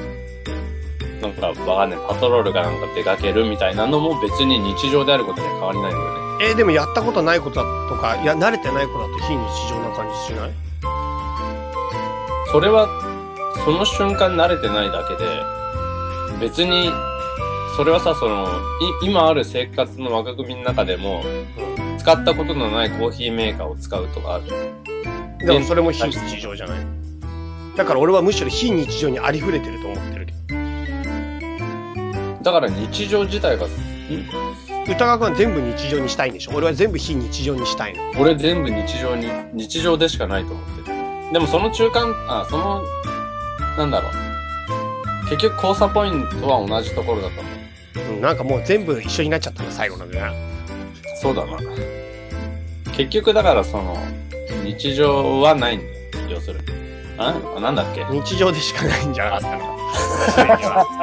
C: なんか、わかんない、パトロールかなんか出かけるみたいなのも別に日常であることには変わりないんだよね。
A: えーでもやったことないことだとか、いや、慣れてないことだと非日常な感じしない
C: それは、その瞬間慣れてないだけで、別に、それはさ、その、い今ある生活の枠組みの中でも、使ったことのないコーヒーメーカーを使うとかある。
A: でもそれも非日常じゃない。だから俺はむしろ非日常にありふれてると思ってるけ
C: だから日常自体が、ん
A: ど。歌川くんは全部日常にしたいんでしょ俺は全部非日常にしたいの。
C: 俺全部日常に、日常でしかないと思ってる。でもその中間、あ、その、なんだろう。結局交差ポイントは同じところだと思う。
A: うん、なんかもう全部一緒になっちゃったの、最後なんだな。
C: そうだな。結局だからその、日常はないんだよ。要するに。あ、あなんだっけ
A: 日常でしかないんじゃなかったの。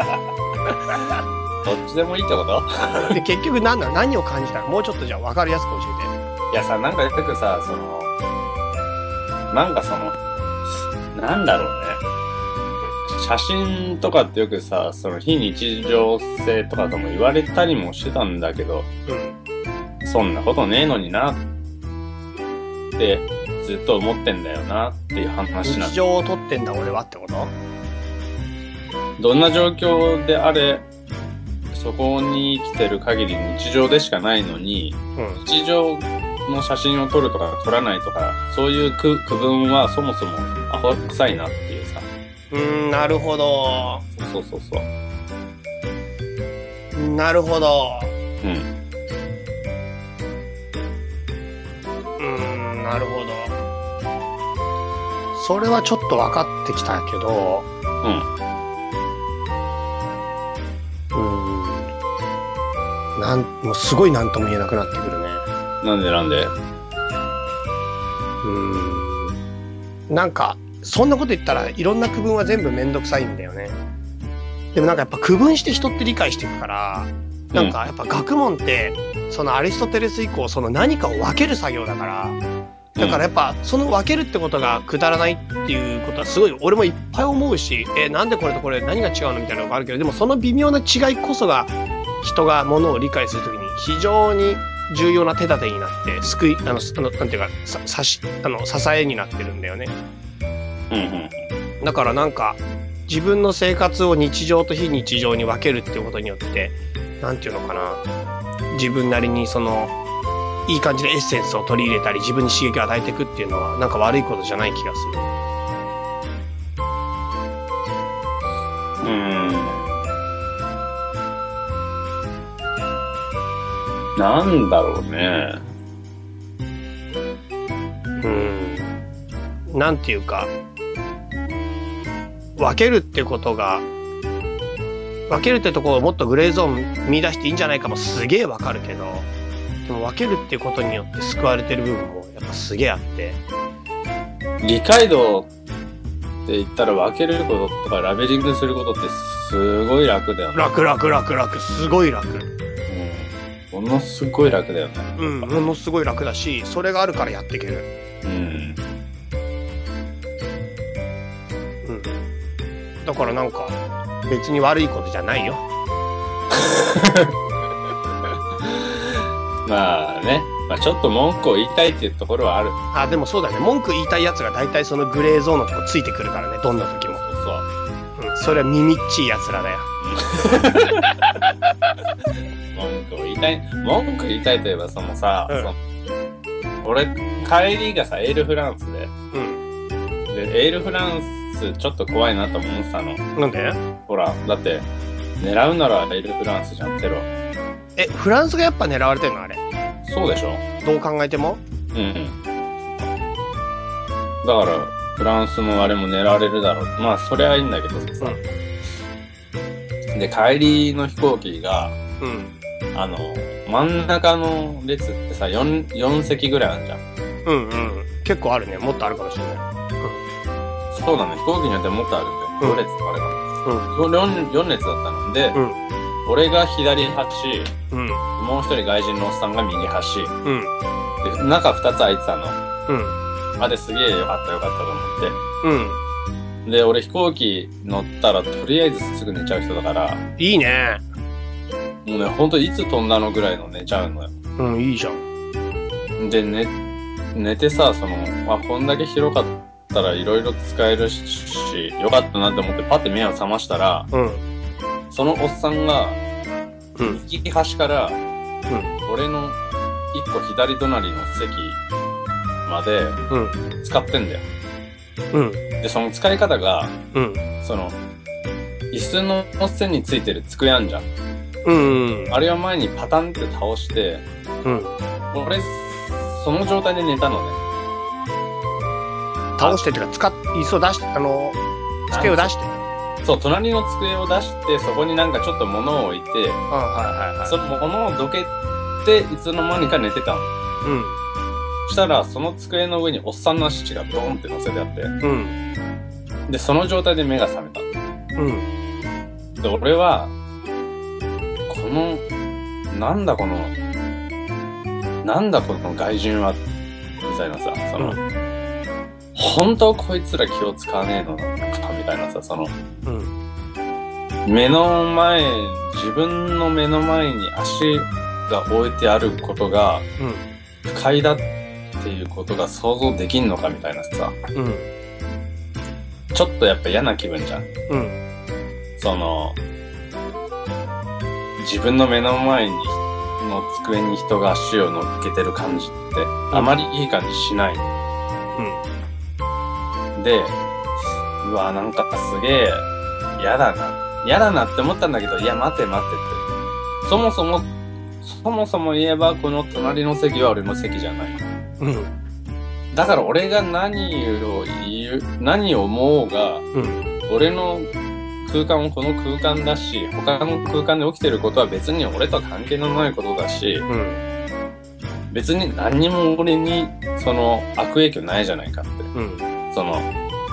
C: どっちでもいいってこと
A: で、結局何なの何を感じたのもうちょっとじゃあ分かりやすく教えて。
C: いやさ、なんかよくさ、その、なんかその、なんだろうね。写真とかってよくさ、その非日常性とかとも言われたりもしてたんだけど、
A: うん。
C: そんなことねえのになってずっと思ってんだよなっていう話なん
A: 日
C: だ
A: 常をとってんだ俺はってこと
C: どんな状況であれ、そこに生きてる限り日常でしかないのに、
A: うん。
C: 日常の写真を撮るとか撮らないとか、そういう区区分はそもそもアホ臭いなっていうさ。
A: うーん、なるほど。
C: そうそうそう。
A: なるほど。
C: うん。
A: うーん、なるほど。それはちょっと分かってきたけど、
C: うん。
A: うーん。なん、もうすごい何とも言えなくなってくるね。
C: なんでなんで
A: うーん。なんか、そんなこと言ったらいろんな区分は全部めんどくさいんだよね。でもなんかやっぱ区分して人って理解していくから、なんかやっぱ学問って、そのアリストテレス以降、その何かを分ける作業だから、だからやっぱその分けるってことがくだらないっていうことはすごい俺もいっぱい思うし、えーなんでこれとこれ何が違うのみたいなのがあるけどでもその微妙な違いこそが人がものを理解するときに非常に重要な手立てになって救いあのすあのなんていうかささしあの支えになってるんだよね
C: うんうん。
A: だからなんか自分の生活を日常と非日常に分けるっていうことによってなんていうのかな自分なりにそのいい感じでエッセンスを取り入れたり自分に刺激を与えていくっていうのはなんか悪いことじゃない気がする。
C: うん。なんだろうね。
A: うん、なんていうか分けるってことが分けるってところをもっとグレーゾーン見出していいんじゃないかもすげえわかるけどでも分けるってことによって救われてる部分もやっぱすげえあって
C: 理解度って言ったら分けることとかラベリングすることってすごい楽だよね。
A: 楽楽楽楽すごい楽
C: うん。ものすごい楽だよね。
A: うんものすごい楽だしそれがあるからやっていける
C: うん。
A: うんだからなんか別に悪いことじゃないよ
C: まあね、まあ、ちょっと文句を言いたいっていうところはある。
A: あでもそうだね文句言いたいやつが大体そのグレーゾーンのとこついてくるからねどんな時も
C: そうそう。
A: うんそれは耳っちいやつらだよ。
C: 文句を言いたい、文句言いたいといえばそのさ、
A: うん
C: その俺、帰りがさ、エールフランスで、
A: うん。
C: で、エールフランスちょっと怖いなと思ってたの。
A: なんで
C: ほら、だって、狙うならエールフランスじゃん、テロ。
A: え、フランスがやっぱ狙われてるのあれ。
C: そうでしょ
A: どう考えても
C: うんうん。だから、フランスのあれも狙われるだろう。まあ、それはいいんだけどさ。で、帰りの飛行機が、
A: うん。
C: あの、真ん中の列ってさ、4、4席ぐらいあるじゃん。
A: うんうん。結構あるね。もっとあるかもしれない。
C: そうなの、飛行機によってもっとあるんだよ。
A: うん
C: 4列とかあれか
A: うん。
C: な。4, 4列だったので、
A: うん
C: 俺が左端、
A: うん。
C: もう一人外人のおっさんが右端。
A: うん。
C: で、中2つ空いてたの。
A: うん。
C: あれすげえよかったよかったと思っ
A: うん。
C: て。で、俺飛行機乗ったらとりあえずすぐ寝ちゃう人だから、
A: いいね。
C: もうね、ほんといつ飛んだのぐらいの寝ちゃうのよ。
A: うん、いいじゃん。
C: で、寝、寝てさ、その、まあ、こんだけ広かったらいろいろ使えるし、よかったなって思ってパッて目を覚ましたら、
A: うん。
C: そのおっさんが、
A: うん。
C: 右端から、俺の一個左隣の席まで
A: うん。
C: 使ってんだよ。
A: うん。
C: で、その使い方が、
A: うん。
C: その、椅子の背についてる机あんじゃん。
A: うん。
C: あれを前にパタンって倒して、
A: うん。
C: 俺、その状態で寝たのね。
A: 倒してっていうか、使っ、椅子を出して、あの、机を出して。
C: そう、隣の机を出して、そこになんかちょっと物を置いて、
A: うん、はい
C: その物をどけて、いつの間にか寝てたの。
A: いは
C: したら、その机の上におっさんの足がドーンって乗せてあって、
A: い。うん。
C: で、その状態で目が覚めた。
A: うん。うん。
C: で、俺は、この、なんだこの、なんだこの外人は、みたいなさ、その、
A: う
C: 本当こいつら気を使わねえのか、みたいなさ、その、
A: うん。
C: 目の前、自分の目の前に足が置いてあることが不快だっていうことが想像できんのかみたいなさ、
A: うん。
C: ちょっとやっぱ嫌な気分じゃん。
A: うん。
C: その、自分の目の前に、の机に人が足を乗っけてる感じって、あまりいい感じしない。で、うわ、なんかすげえ、嫌だな。嫌だなって思ったんだけど、いや、待て待てって。そもそも、そもそも言えば、この隣の席は俺の席じゃない。
A: うん。うん。
C: だから俺が何を言う、何を思おうが、
A: うん。
C: 俺の空間もこの空間だし、他の空間で起きてることは別に俺とは関係のないことだし、
A: うん。
C: 別に何にも俺に、その、悪影響ないじゃないかって。
A: うん。
C: その、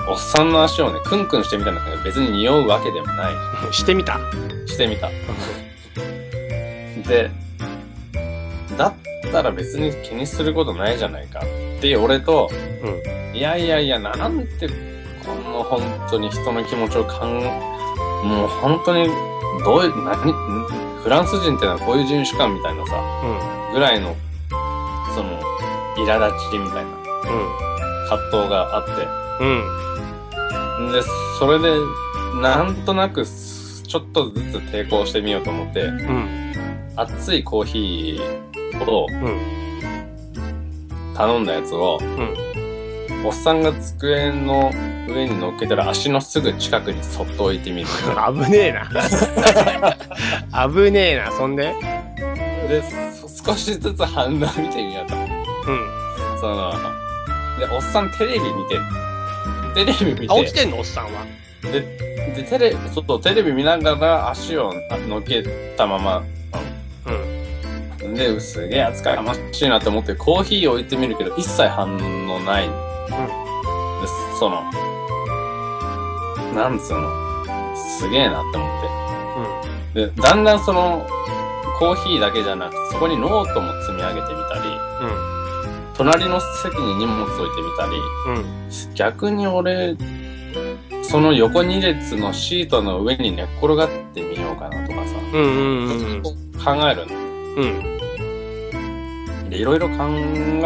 C: おっさんの足をね、クンクンしてみたんだけど、別に匂うわけでもない
A: してみた。
C: し、してみた。で、だったら別に気にすることないじゃないかっていう俺と、いやいやいや、なんて、この本当に人の気持ちを考え、もう本当に、どういう、何、んフランス人ってのはこういう人種かみたいなさ、
A: うん。
C: ぐらいの、その、苛立ちみたいな葛藤があって、
A: うん。
C: で、それで、なんとなく、ちょっとずつ抵抗してみようと思って、
A: うん。うん。
C: 熱いコーヒーを
A: うん。
C: 頼んだやつを、
A: ん
C: おっさんが机の上に乗っけたら足のすぐ近くにそっと置いてみ る。
A: 危ねえな。危ねえな。そんで
C: で、そ少しずつ反応見てみようと。
A: うん。
C: その、で、おっさんテレビ見てる。テレビ見
A: あ、起き
C: て、
A: てんのおっさんは。
C: で、テレ、そうそう、テレビ見ながら足を乗っけたまま、
A: うん。
C: で、すげえ扱いやましいなと思って、コーヒー置いてみるけど、一切反応ない。で、その、なんつうの、すげえなって思って。で、だんだんその、コーヒーだけじゃなくて、そこにノートも積み上げてみたり、
A: う
C: 隣の席に荷物置いてみたり、
A: ん。うん。うん。
C: 逆に俺、その横2列のシートの上に寝っ転がってみようかなとかさ、
A: うん。うん。うん。
C: 考えるの。
A: うん。
C: で、いろいろ考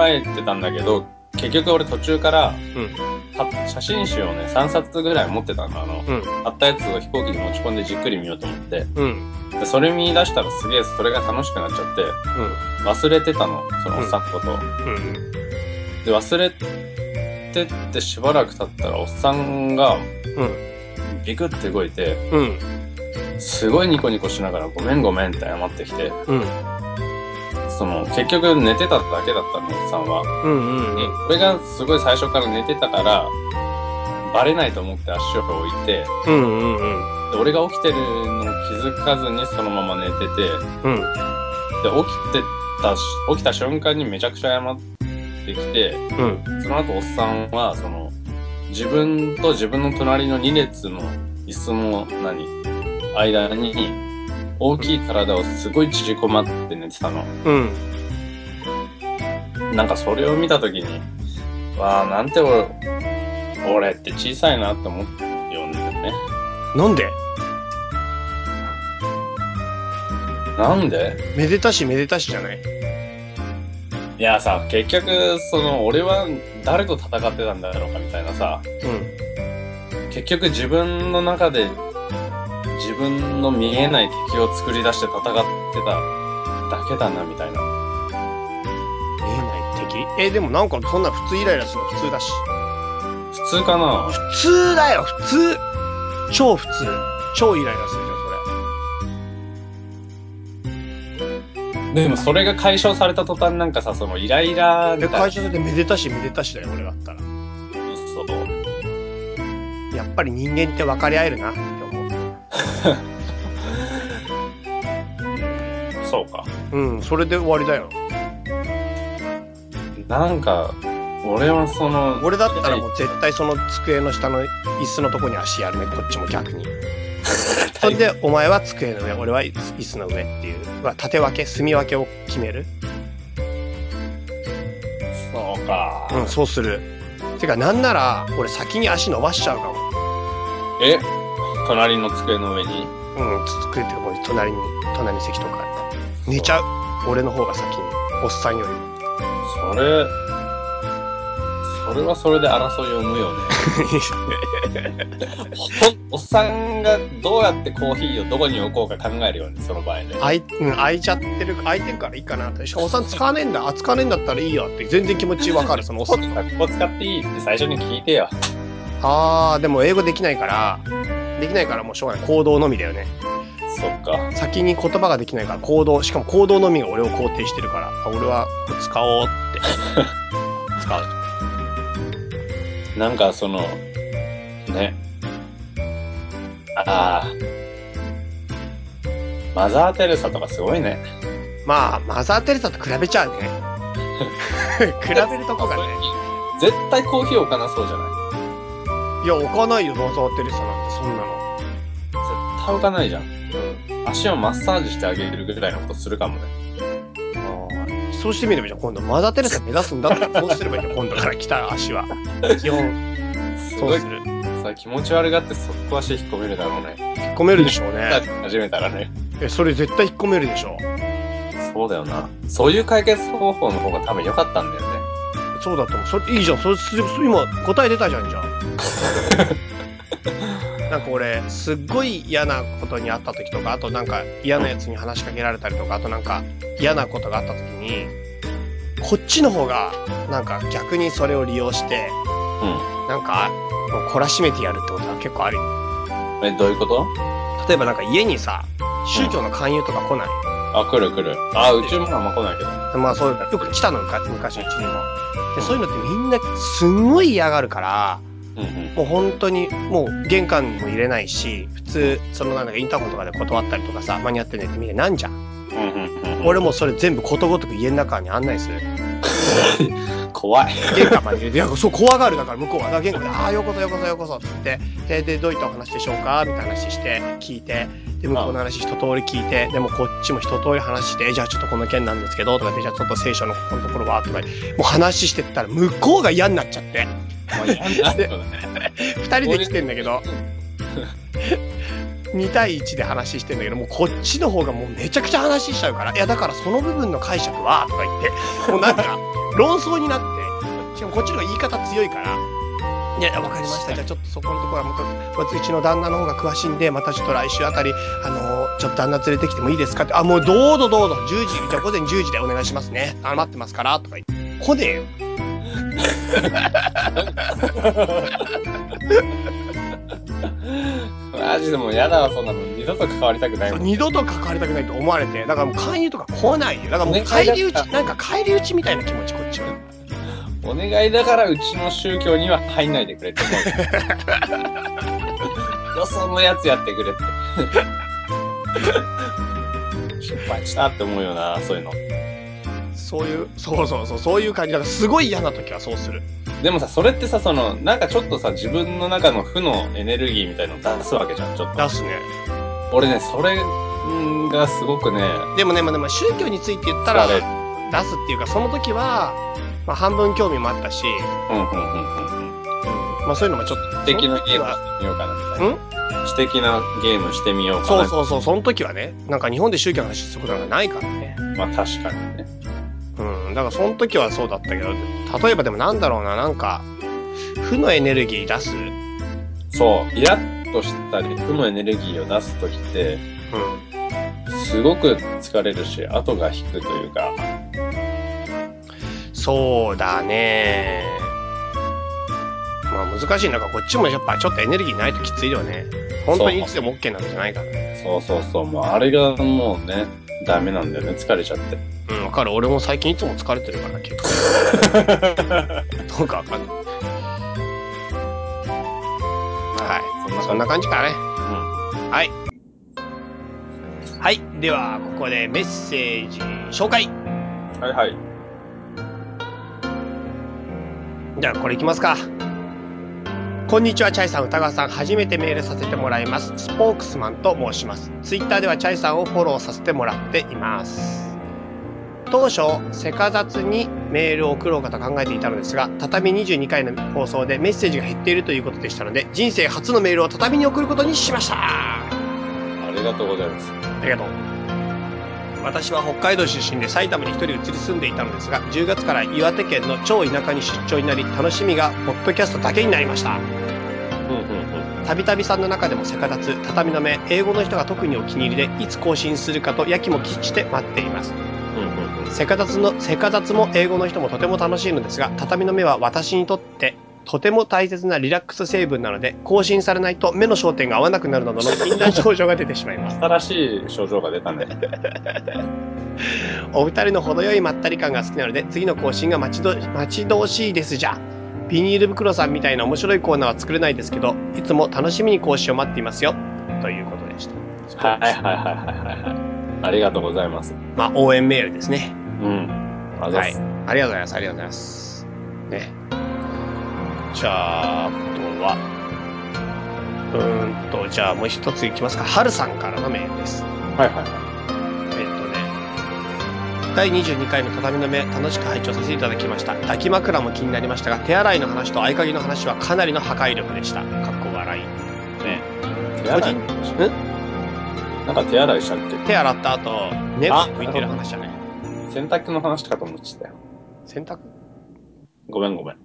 C: えてたんだけど、結局俺途中から、
A: うん
C: た写真集をね、3冊ぐらい持ってたの、あの、
A: うん。
C: 買ったやつを飛行機に持ち込んでじっくり見ようと思って、
A: うん。
C: で、それ見出したらすげえそれが楽しくなっちゃって、忘れてたの、そのおっさんのことを。
A: うん。
C: で、忘れてってしばらく経ったら、おっさんが
A: うん。
C: ビクって動いて、
A: うん。
C: すごいニコニコしながら、ごめんごめんって謝ってきて、
A: うん。
C: その、結局寝てただけだったの、おっさんは。
A: うんうんうん。
C: これがすごい最初から寝てたから、バレないと思って足を置いて、
A: うんうんうん。
C: で俺が起きてるのを気づかずにそのまま寝てて、
A: うん。
C: で、起きてたし、起きた瞬間にめちゃくちゃ謝ってきて、
A: うん。
C: その後おっさんは、その、自分と自分の隣の2列の椅子の何、間に、大きい体をすごい縮こまって寝てたの。
A: うん。
C: なんかそれを見たときに、わあ、なんて俺、俺って小さいなって思ってよね。
A: なんで
C: なんで
A: めでたしめでたしじゃない
C: いやさ、結局、その、俺は誰と戦ってたんだろうかみたいなさ、
A: う
C: 結局自分の中で、自分の見えない敵を作り出して戦ってただけだな、みたいな。
A: ん。見えない敵え、でもなんかそんな普通イライラするの普通だし。
C: 普通かな
A: 普通だよ、普通超普通。超イライラするじゃん、そ
C: でもそれが解消された途端なんかさ、そのイライラ
A: れ。
C: み
A: で、
C: た
A: 会
C: いな。
A: 社でめでたしめでたしだよ、俺だったら。
C: そう。
A: やっぱり人間って分かり合えるな、って思
C: そうか。
A: う。うん、それで終わりだよ。
C: なんか、俺はその、
A: 俺だったらもう絶対その机の下の椅子のとこに足やるね、こっちも逆に。それで、お前は机の上、俺は椅子の上っていう、まあ、縦分け、隅分けを決める。
C: そうか。
A: うん、そうする。てか、なんなら、俺先に足伸ばしちゃうかも。
C: え隣の机の上に
A: うん、机ってもう隣に、隣の席とか。寝ちゃう。俺の方が先に。おっさんよ りも。
C: それ、それはそれで争いを生むよね。 おおっさんがどうやってコーヒーをどこに置こうか考えるよね、その場合ね。
A: あい、うん、開いちゃってる、開いてるからいいかなって。しかもおっさん使わねえんだ。あ、使わねえんだったらいいよって。全然気持ちわかる、そのおっさ
C: こ
A: んの。
C: こ使っていいって最初に聞いてよ。
A: あー、でも英語できないから、できないからもうしょうがない。行動のみだよね。
C: そっか。
A: 先に言葉ができないから行動、しかも行動のみが俺を肯定してるから、あ俺はこれ使おうって。 使う。
C: なんかその、ね。ああ。マザー・テレサとかすごいね。
A: まあ、マザー・テレサと比べちゃうね。 比べるとこがね。
C: 絶対コーヒー置かなそうじゃない
A: いや、置かないよ、マザー・テレサなんて、そんなの。
C: 絶対置かないじゃん。足をマッサージしてあげるぐらいのことするかもね。
A: うん。そうしてみればいいじゃん、今度。マザー・テレサ目指すんだった ら、そうすればいいじゃん、今度から来た足は。基本、
C: す
A: そ
C: ご
A: う
C: い
A: する。
C: さ、気持ち悪がって速攻足引っ込めるだろうね。
A: 引っ込めるでしょうね。
C: 始めたらね。
A: え、それ絶対引っ込めるでしょ
C: そうだよな。そういう解決方法の方が多分良かったんだよね。
A: う。そうだと思う。それ、いいじゃん。それ、す今、答え出たじゃ ん、じゃあ。なんか俺、すっごい嫌なことにあった時とか、あとなんか嫌なやつに話しかけられたりとか、あとなんか嫌なことがあった時に、こっちの方が、なんか逆にそれを利用して、なんか、もう懲らしめてやるってことは結構ある。
C: うん。え、どういうこと
A: 例えばなんか家にさ、宗教の勧誘とか来ない。
C: あ、来る来る。あ、うちもあんま来ないけど。
A: まあそういう、よく来たの、昔昔うちにも。で、そういうのってみんなすんごい嫌がるから、
C: うんうん。
A: もう本当にもう玄関にも入れないし、普通、そのなんかインターホンとかで断ったりとかさ、間に合ってねってみんななんじゃん。
C: うんうんうん、
A: 俺もそれ全部ことごとく家の中に案内する。
C: 怖い。
A: 玄関まで入れて、いや、そう怖がるだから向こうは。だから玄関で、ああ、ようこそようこそようこそっつって、で、で、どういったお話でしょうかみたいな話して、聞いて、で、向こうの話一通り聞いて、でもこっちも一通り話して、じゃあちょっとこの件なんですけど、とかで、じゃあちょっと聖書のここのところは、とか、もう話してったら向こうが嫌になっちゃって、
C: まあ、 嫌になるよね。
A: 二人で来てんだけ ど、2対1で話してんだけど、もうこっちの方がもうめちゃくちゃ話しちゃうから、いやだからその部分の解釈は、とか言って、もうなんか、論争になって、しかもこっちの方が言い方強いから、いやいや、わかりました。じゃあちょっとそこのところはもっと、まずうちの旦那の方が詳しいんで、またちょっと来週あたり、あのーちょっと旦那連れてきてもいいですかって、あ、もうどうぞどうぞ、10時、じゃあ午前10時でお願いしますね。あ、待ってますから、とか言って、来ねえよ。
C: マジでもう嫌だわ、そんなの。二度と関わりたくないもん。
A: 二度と関わりたくないと思われて、だからもう勧誘とか来ないよ。だからもう
C: ね
A: 返り討
C: 帰りだっ
A: ち、なんか返り討ちみたいな気持ち、こっちは。
C: お願いだからうちの宗教には入んないでくれって 思う。よそのやつやってくれって。失敗したって思うよな、そういうの。
A: そういう、そうそうそう、そういう感じ。だからすごい嫌な時はそうする。
C: でもさ、それってさ、その、なんかちょっとさ、自分の中の負のエネルギーみたいの出すわけじゃん、ちょっと。
A: 出すね。
C: 俺ね、それんがすごくね、
A: でもね、まあでも宗教について言ったら、
C: 疲れ
A: 出
C: る。
A: すっていうか、その時は、まあ半分興味もあったし、
C: うんうんうんうんうん。
A: まあそういうのもちょっと。
C: 私的なゲーム
A: その時は
C: してみようかなみたいな。私的なゲームしてみようか
A: そ
C: な。
A: うそうそう、その時はね、なんか日本で宗教の話することなんかないからね。
C: まあ確かにね。
A: うん、だからその時はそうだったけど、例えばでもなんだろうな、なんか、負のエネルギー出す。うん。
C: そう、イラッとしたり、負のエネルギーを出すときって、すごく疲れるし、後が引くというか、
A: そうだね。まあ難しい。なんかこっちもやっぱちょっとエネルギーないときついよね。本当にいつでも OK なんじゃないからね。
C: そうそうそう、もうあれがもうね、ダメなんだよね、疲れちゃって。
A: うん、わかる。俺も最近いつも疲れてるから結構。どうかわかんない。は
C: そん
A: い。
C: な
A: そんな感じかね。
C: うん。
A: はい。はい。では、ここでメッセージ紹介。
C: はいはい。
A: じゃあこれいきますか。こんにちは、チャイさん、歌川さん。初めてメールさせてもらいます。スポークスマンと申します。ツイッターではチャイさんをフォローさせてもらっています。当初、せかざつにメールを送ろうかと考えていたのですが、畳22回の放送でメッセージが減っているということでしたので、人生初のメールを畳に送ることにしました。あ
C: ありがとうございます。
A: りがとう。私は北海道出身で埼玉に一人移り住んでいたのですが、10月から岩手県の超田舎に出張になり、楽しみがポッドキャストだけになりました。
C: うんうん
A: たびたびさんの中でもせかだつ、畳の目、英語の人が特にお気に入りで、いつ更新するかとやきもきして待っています。
C: うん。うんうんうん。
A: せかだつの、せかだつも英語の人もとても楽しいのですが、畳の目は私にとって、とても大切なリラックス成分なので、更新されないと目の焦点が合わなくなるなどの禁断症状が出てしまいます。
C: 新しい症状が出たね。
A: お二人の程よいまったり感が好きなので、次の更新が待ちど待ち遠しいですじゃ。ビニール袋さんみたいな面白いコーナーは作れないですけど、いつも楽しみに更新を待っていますよ。ということでした。
C: はいはいはいはいはいはい。ありがとうございます。
A: まあ、応援メールですね。
C: うん。あざ
A: は
C: っ
A: い
C: す。。
A: ありがとうございます。ありがとうございます。ね。じゃあ、あとは、うーんと、じゃあもう一ついきますか。はるさんからのメールです。
C: はいはいは
A: えっとね。第22回の畳の目、楽しく拝聴させていただきました。抱き枕も気になりましたが、手洗いの話と合鍵の話はかなりの破壊力でした。かっこ笑い。
C: い。ね手洗い
A: 個
C: なんか手洗いしたっけ
A: 手洗った後、猫拭いてる話だね。
C: 洗濯の話かと思ってたよ。
A: 洗濯
C: ごめんごめん。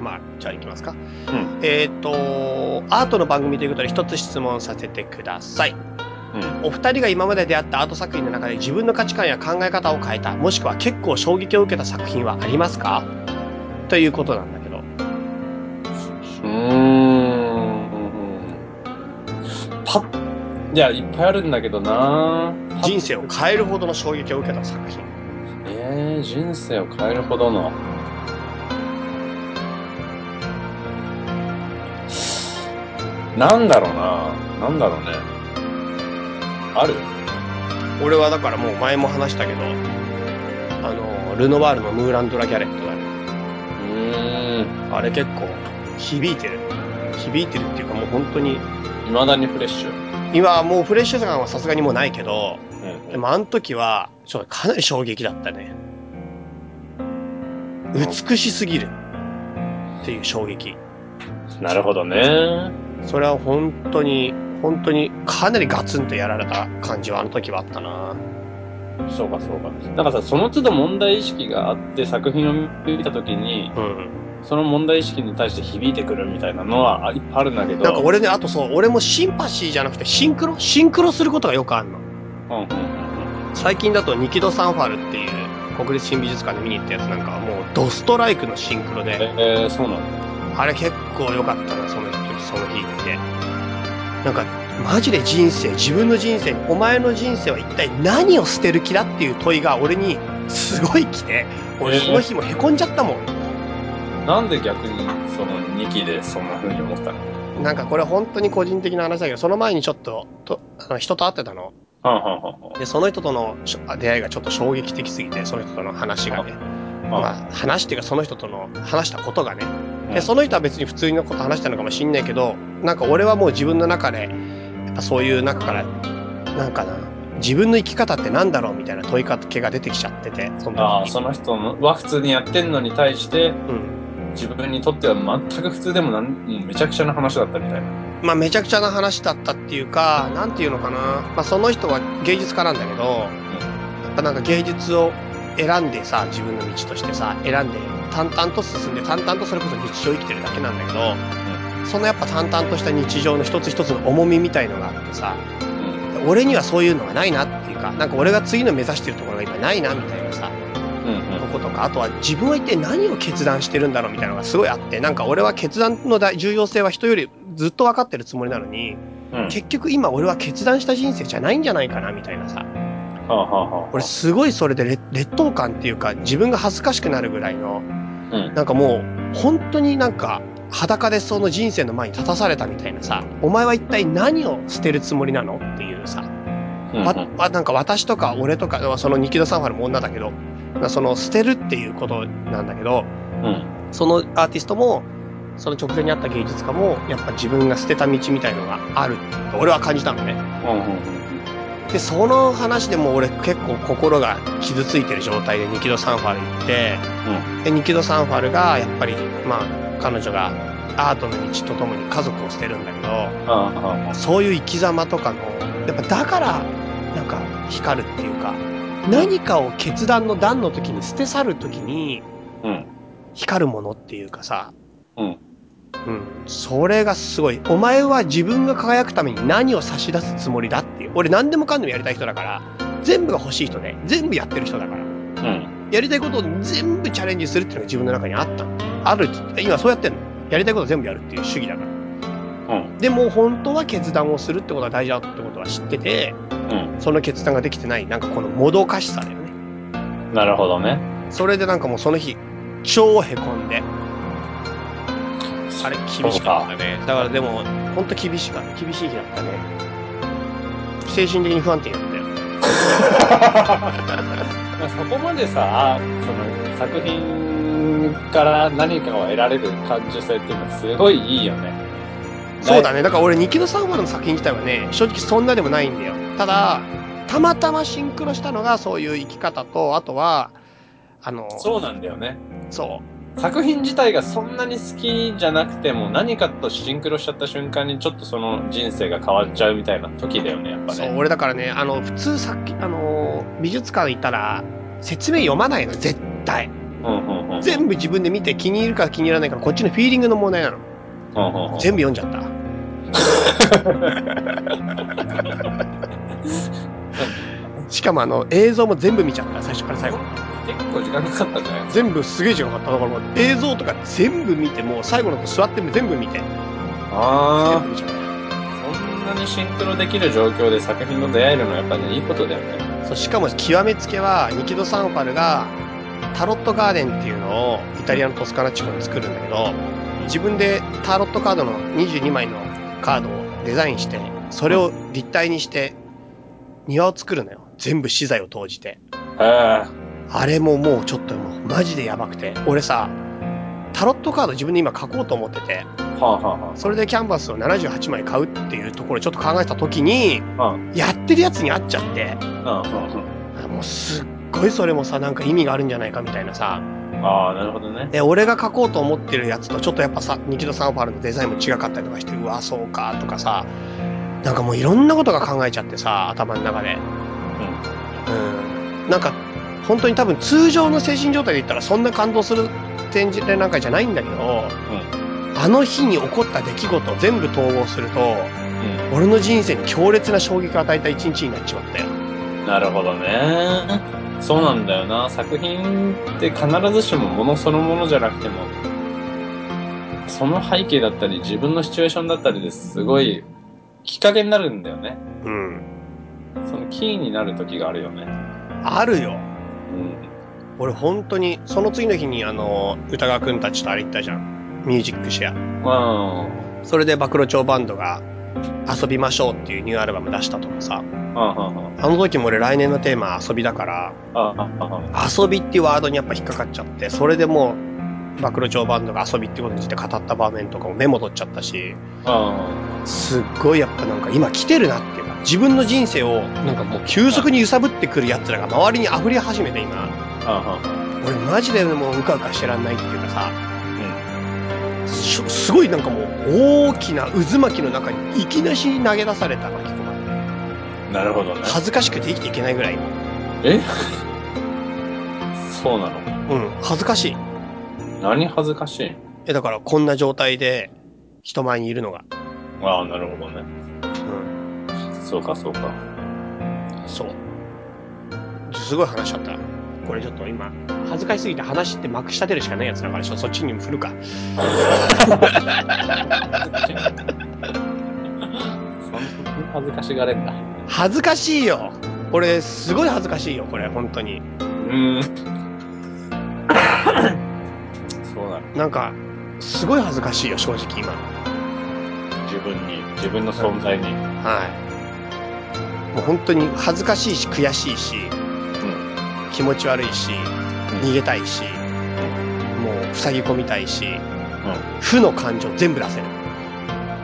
A: まあ、じゃあ行きますか。
C: ん
A: えっ、と、アートの番組ということで一つ質問させてください。
C: うん。
A: お二人が今まで出会ったアート作品の中で自分の価値観や考え方を変えた、もしくは結構衝撃を受けた作品はありますかということなんだけど。
C: うーん。パッ。いや、いっぱいあるんだけどな
A: 人生を変えるほどの衝撃を受けた作品。
C: えー、人生を変えるほどの。なんだろうななんだろうね。ある
A: 俺はだからもう前も話したけど、あの、ルノワールのムーランドラ・ギャレットだね。
C: うーん。
A: あれ結構響いてる。響いてるっていうかもう本当に、
C: 未だにフレッシュ。
A: 今はもうフレッシュさ感はさすがにもうないけど、
C: うん
A: でもあの時は、そうかなり衝撃だったね。美しすぎる。っていう衝撃。
C: なるほどね。
A: それは本当に、本当にかなりガツンとやられた感じはあの時はあったな。
C: そうかそうか。なんかさ、その都度問題意識があって作品を見たときに、
A: うん。
C: その問題意識に対して響いてくるみたいなのはあいっぱいあるんだけど。
A: なんか俺ね、あとそう、俺もシンパシーじゃなくてシンクロシンクロすることがよくあるの。
C: うんうんうん
A: 最近だとニキド・サンファルっていう国立新美術館で見に行ったやつなんかはもうドストライクのシンクロで、
C: うん。えー、そうなんだ。
A: あれ結構良かったな、その時、その日って。なんか、マジで人生、自分の人生に、お前の人生は一体何を捨てる気だっていう問いが俺にすごい来て、俺
C: えー
A: その日も凹んじゃったもん。
C: なんで逆にその2期でそんな風に思ったの
A: なんかこれ本当に個人的な話だけど、その前にちょっと、とあの人と会ってたの。
C: はんはんはんはん
A: で、その人とのしょ出会いがちょっと衝撃的すぎて、その人との話がね、まあ、話っていうかその人との話したことがね、で、その人は別に普通のこと話したのかもしんないけど、なんか俺はもう自分の中で、やっぱそういう中から、なんかな、自分の生き方ってなんだろうみたいな問いかけが出てきちゃってて、その
C: ああ、
A: 時
C: その人は普通にやってんのに対して、
A: うん。
C: 自分にとっては全く普通でもなんもうめちゃくちゃな話だったみたいな。
A: まあめちゃくちゃな話だったっていうか、なんていうのかな、まあその人は芸術家なんだけど、やっぱなんか芸術を選んでさ、自分の道としてさ、選んで淡々と進んで淡々とそれこそ日常生きてるだけなんだけど、そのやっぱ淡々とした日常の一つ一つの重みみたいのがあってさ、
C: うん。
A: 俺にはそういうのがないなっていうか、なんか俺が次の目指してるところが今ないなみたいなさ、
C: うん
A: とことか、あとは自分は一体何を決断してるんだろうみたいなのがすごいあって、なんか俺は決断の大重要性は人よりずっと分かってるつもりなのに、
C: うん。うん。
A: 結局今俺は決断した人生じゃないんじゃないかなみたいなさ、
C: はあはあはあ
A: 俺すごいそれで劣劣等感っていうか自分が恥ずかしくなるぐらいの、
C: うん
A: なんかもう本当になんか裸でその人生の前に立たされたみたいなさ、お前は一体何を捨てるつもりなのっていうさ、
C: うん
A: わわなんか私とか俺とか、そのニキド・サンファルも女だけど、まあその捨てるっていうことなんだけど、
C: うん。
A: そのアーティストも、その直前にあった芸術家も、やっぱ自分が捨てた道みたいのがあると俺は感じたのね。
C: うんうんうん
A: で、その話でもう俺結構心が傷ついてる状態でニキド・サンファル行って、で、ニキド・サンファルがやっぱり、まあ、彼女がアートの道とともに家族を捨てるんだけど、
C: うん。はあはあはあ
A: そういう生き様とかの、やっぱだから、なんか光るっていうか、何かを決断の段の時に捨て去る時に
C: うん。
A: 光るものっていうかさ、
C: うん。
A: うん。それがすごい。お前は自分が輝くために何を差し出すつもりだっていう。俺何でもかんでもやりたい人だから、全部が欲しい人で、全部やってる人だから。
C: うん。
A: やりたいことを全部チャレンジするっていうのが自分の中にあったの。ある、今そうやってんの。やりたいことを全部やるっていう主義だから。
C: うん。
A: でも本当は決断をするってことが大事だってことは知ってて、
C: うん。
A: その決断ができてない、なんかこのもどかしさだよね。
C: なるほどね。
A: それでなんかもうその日、超へこんで、あれ厳しかったね。だからでも、ほんと厳しかった。厳しい日だったね。精神的に不安定になったよ。
C: まあそこまでさ、その作品から何かを得られる感受性っていうのはすごいいいよね。
A: そうだね。だから俺、ニキノサンバルの作品自体はね、正直そんなでもないんだよ。ただ、たまたまシンクロしたのがそういう生き方と、あとは、あの、そう。
C: そうなんだよね。作品自体がそんなに好きじゃなくても何かとシンクロしちゃった瞬間にちょっとその人生が変わっちゃうみたいな時だよねやっぱ
A: そう、
C: ね
A: 俺だからね、あの、普通さっき、あの、美術館行ったら、説明読まないの、絶対。
C: うんうんうん
A: 全部自分で見て気に入るか気に入らないかのこっちのフィーリングの問題なの。
C: うんうんうん
A: 全部読んじゃった。しかもあの映像も全部見ちゃった最初から最後
C: 結構時間かかったじゃない
A: 全部すげえ時間かかっただからもう映像とか全部見てもう最後のと座っても全部見て全
C: あ
A: 部見ちゃっ
C: あそんなにシンクロできる状況で作品と出会えるのはやっぱねいいことだよね
A: たそうしかも極めつけはニキド・サンファルがタロットガーデンっていうのをイタリアのトスカーナ地方に作るんだけど自分でタロットカードの22枚のカードをデザインしてそれを立体にして庭を作るのよ全部資材を投じて
C: へえ
A: あれももうちょっともうマジでやばくて。俺さ、タロットカード自分で今書こうと思ってて、
C: はあは
A: それでキャンバスを78枚買うっていうところをちょっと考えた時に、
C: あは
A: やってるやつに会っちゃって、
C: あうんうんうん
A: あもうすっごいそれもさ、なんか意味があるんじゃないかみたいなさ、
C: ああなるほどね
A: で、俺が書こうと思ってるやつとちょっとやっぱさ、ニキド・サンファルのデザインも違かったりとかして、うわ、そうか、とかさ、なんかもういろんなことが考えちゃってさ、頭の中で。
C: うん
A: うんなんか、本当に多分通常の精神状態で言ったらそんな感動する展示展覧会じゃないんだけど、あの日に起こった出来事を全部統合すると、
C: う
A: 俺の人生に強烈な衝撃を与えた一日になっちまったよ。
C: んなるほどねそうなんだよな作品って必ずしもものそのものじゃなくてもその背景だったり自分のシチュエーションだったりですごいきっかけになるんだよね
A: うん。
C: そのキーになる時があるよね
A: あるよ。
C: うん
A: 俺本当に、その次の日にあの、歌川くんたちとあれ行ったじゃん。ミュージックシェ
C: うん
A: ア。それで暴露町バンドが遊びましょうっていうニューアルバム出したとかさ。
C: うんあああ
A: あの時も俺来年のテーマ遊びだから、
C: ああ
A: 遊びっていうワードにやっぱ引っかかっちゃって、それでもう、暴露帳バンドが遊びってことについて語った場面とかもメモ取っちゃったし、
C: あ
A: すっごいやっぱなんか今来てるなっていうか、自分の人生をなんかもう急速に揺さぶってくる奴らが周りに溢れ始めて今、
C: あ
A: 俺マジでもううかうかしてらんないっていうかさ、しょすごいなんかもう大きな渦巻きの中にいきなし投げ出された巻き込まれて
C: なるほどね
A: 恥ずかしくて生きていけないぐらい今
C: えそうなの
A: うん恥ずかしい
C: 何恥ずかしい
A: えだからこんな状態で人前にいるのが
C: ああなるほどね
A: うん
C: そうかそうか
A: そうすごい話しちゃったこれちょっと今恥ずかしすぎて話ってまくし立てるしかないやつだからちょっとそっちに振るか
C: そんなに恥ずかしがれんだ
A: 恥ずかしいよ俺すごい恥ずかしいよこれ本当に
C: うん そうなの
A: なんかすごい恥ずかしいよ正直今
C: 自分に自分の存在に
A: はい。もう本当に恥ずかしいし、悔しいし、
C: うん
A: 気持ち悪いし、逃げたいし、もう塞ぎ込みたいし、負の感情全部出せる。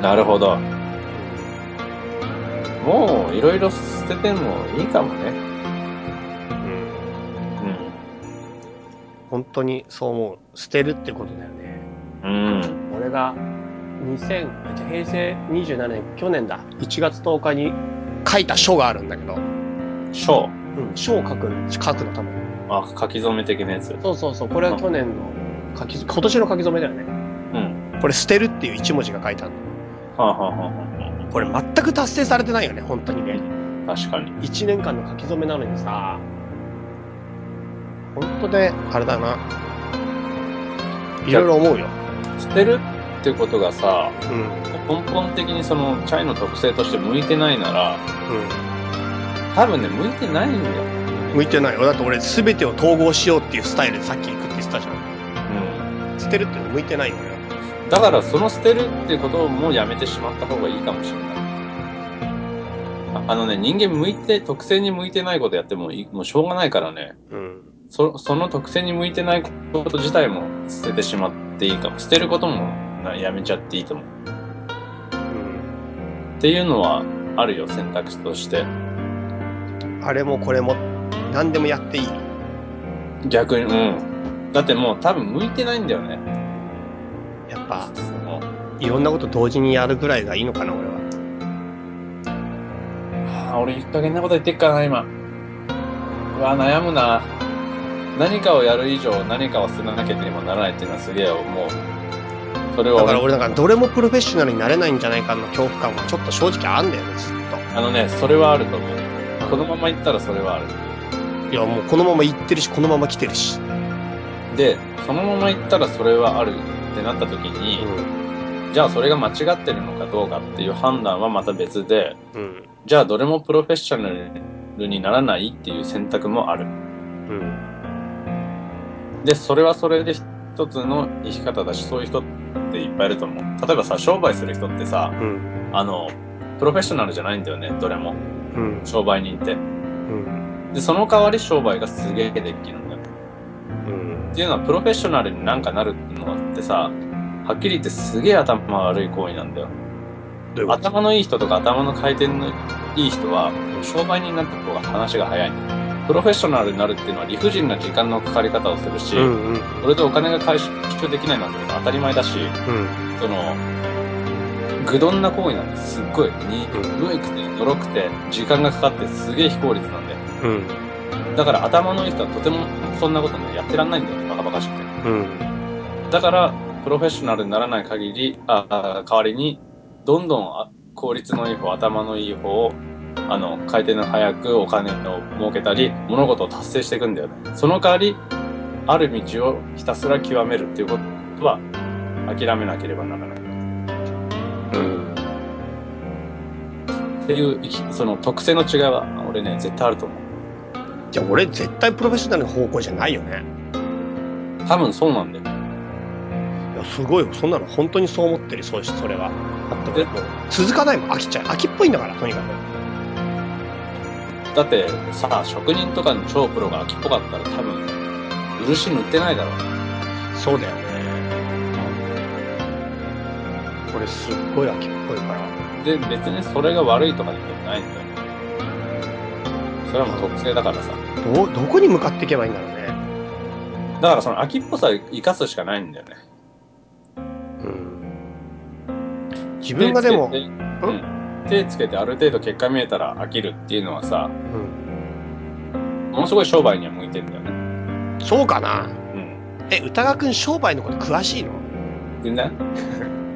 C: なるほどもういろいろ捨ててもいいかもね
A: うん。
C: う
A: 本当にそう思う。捨てるってことだよね。
C: んうん
A: 俺が2000、じゃあ平成27年、去年だ。1月10日に書いた書があるんだけど、
C: 書
A: うん、書を書く、書くの多分。
C: あ書き初め的なやつ
A: そうそうそう、これは去年の書き、今年の書き初めだよね。
C: うん
A: これ捨てるっていう一文字が書いてあるの。
C: はあ、はあはあは
A: これ全く達成されてないよね、本当にね。
C: あ、確かに
A: 1年間の書き初めなのにさ、本当ね、あれだな。いろいろ思うよ。
C: 捨てるってことがさ
A: うん。うん。
C: 根本的にそのチャイの特性として向いてないなら多分ね向いてないんだよ
A: 向いてないよ。だって俺全てを統合しようっていうスタイルでさっき行くって言ってたじゃ
C: うん
A: ん。捨てるっていうの向いてないよ、俺は。
C: だからその捨てるってことをもうやめてしまった方がいいかもしれないああのね人間向いて特性に向いてないことやってもいいもうしょうがないからね
A: うん。
C: そその特性に向いてないこと自体も捨ててしまっていいかも捨てることもなやめちゃっていいと思
A: う
C: う
A: ん。
C: っていうのはあるよ選択肢として
A: あれもこれも、何でもやっていい。
C: 逆にうんだってもう多分向いてないんだよね
A: やっぱ、
C: その
A: いろんなこと同時にやるぐらいがいいのかな、俺は。
C: あー俺いい加減なこと言ってっからな今うわ悩むな何かをやる以上何かを捨てなければならないっていうのはすげえ思うそれは
A: だから俺なんか、どれもプロフェッショナルになれないんじゃないかの恐怖感はちょっと正直あんだよね、ずっと。
C: あのねそれはあると思うこのまま行ったらそれはある
A: いや、もうこのまま行ってるし、このまま来てるし。
C: でそのまま行ったらそれはあるってなった時に、じゃあそれが間違ってるのかどうかっていう判断はまた別で
A: うん。
C: じゃあどれもプロフェッショナルにならないっていう選択もある
A: うん。
C: でそれはそれで一つの生き方だしそういう人っていっぱいいると思う例えばさ商売する人ってさ
A: うん。
C: あのプロフェッショナルじゃないんだよねどれも
A: うん。
C: 商売人って
A: うん。
C: でその代わり商売がすげえできるんだよね
A: うん。
C: っていうのはプロフェッショナルになんかなるってのってさはっきり言ってすげえ頭悪い行為なんだよ
A: どういうこと
C: 頭のいい人とか頭の回転のいい人は商売人になった方が話が早いプロフェッショナルになるっていうのは理不尽な時間のかかり方をするし、
A: うん。うん。
C: それでお金が回収できないなんてことは当たり前だし、
A: うん。
C: その、愚鈍な行為なんです。すっごい。に、
A: うん
C: ぐいくて、のろくて、時間がかかって、すげえ非効率なんだよ。
A: うん。
C: だから頭のいい人はとてもそんなことね、やってらんないんだよね、バカバカしくて。
A: うん。
C: だから、プロフェッショナルにならない限り、ああ代わりに、どんどんあ効率のいい方、頭のいい方を、あの、回転の速くお金を儲けたり、物事を達成していくんだよね。その代わり、ある道をひたすら極めるっていうことは、諦めなければならな
A: う
C: い。
A: ん。
C: っていう生きその特性の違いは俺ね絶対あると思う
A: じゃあ俺絶対プロフェッショナルの方向じゃないよね。
C: 多分そうなんだよ
A: いや、すごいよ。そんなの本当にそう思ってる、そうし、それは。だって俺もう続かないもん。飽きちゃう。飽きっぽいんだから、とにかく。
C: だってさ、職人とかの超プロが秋っぽかったら多分、漆塗ってないだろう。
A: そうだよね。これすっごい秋っぽいから。
C: で、別にそれが悪いとかでもないんだよ。それはもう特性だからさ。
A: どう、どこに向かっていけばいいんだろうね。
C: だからその秋っぽさを生かすしかないんだよね。
A: うん。自分がでも、
C: 手つけてうん。手つけてある程度結果見えたら飽きるっていうのはさ、
A: うん。
C: ものすごい商売には向いてんだよね。
A: そうかな
C: うん。
A: え、歌川くん商売のこと詳しいの
C: 全然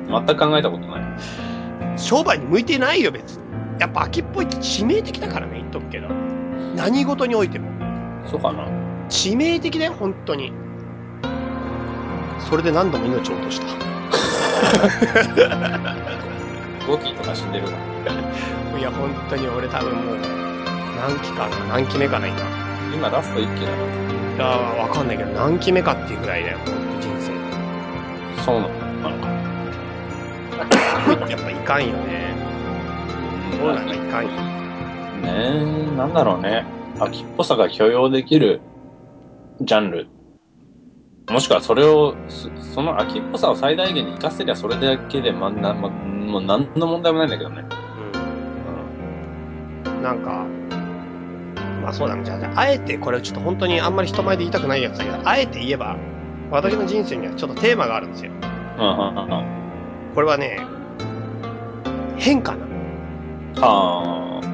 C: 全く考えたことない。
A: 商売に向いてないよ、別に。やっぱ秋っぽいって致命的だからね、言っとくけど。何事においても。
C: そうかな。
A: 致命的だよ、本当に。それで何度も命を落とした。
C: ゴキとか死んでるから。
A: いや、本当に俺多分もう、何期かな、何期目かないか。
C: 今ラスト1期だか
A: いやー、わかんないけど、何期目かっていうぐらいだよ、本当人生。
C: ら。そうなのなのかな。
A: やっぱいかんよね。
C: う
A: 本来はいかんよ。
C: ねえ、なんだろうね。秋っぽさが許容できるジャンル。もしくはそれを、そその秋っぽさを最大限に活かせりゃそれだけで、ま、な、ま、もう何の問題もないんだけどね。
A: うん。なんか、まあそうだね。じゃあ、じゃあ、あえてこれをちょっと本当にあんまり人前で言いたくないやつだけど、あえて言えば、私の人生にはちょっとテーマがあるんですよ。
C: うん、うん、うんうん。
A: これはね、変化なの。
C: はあ、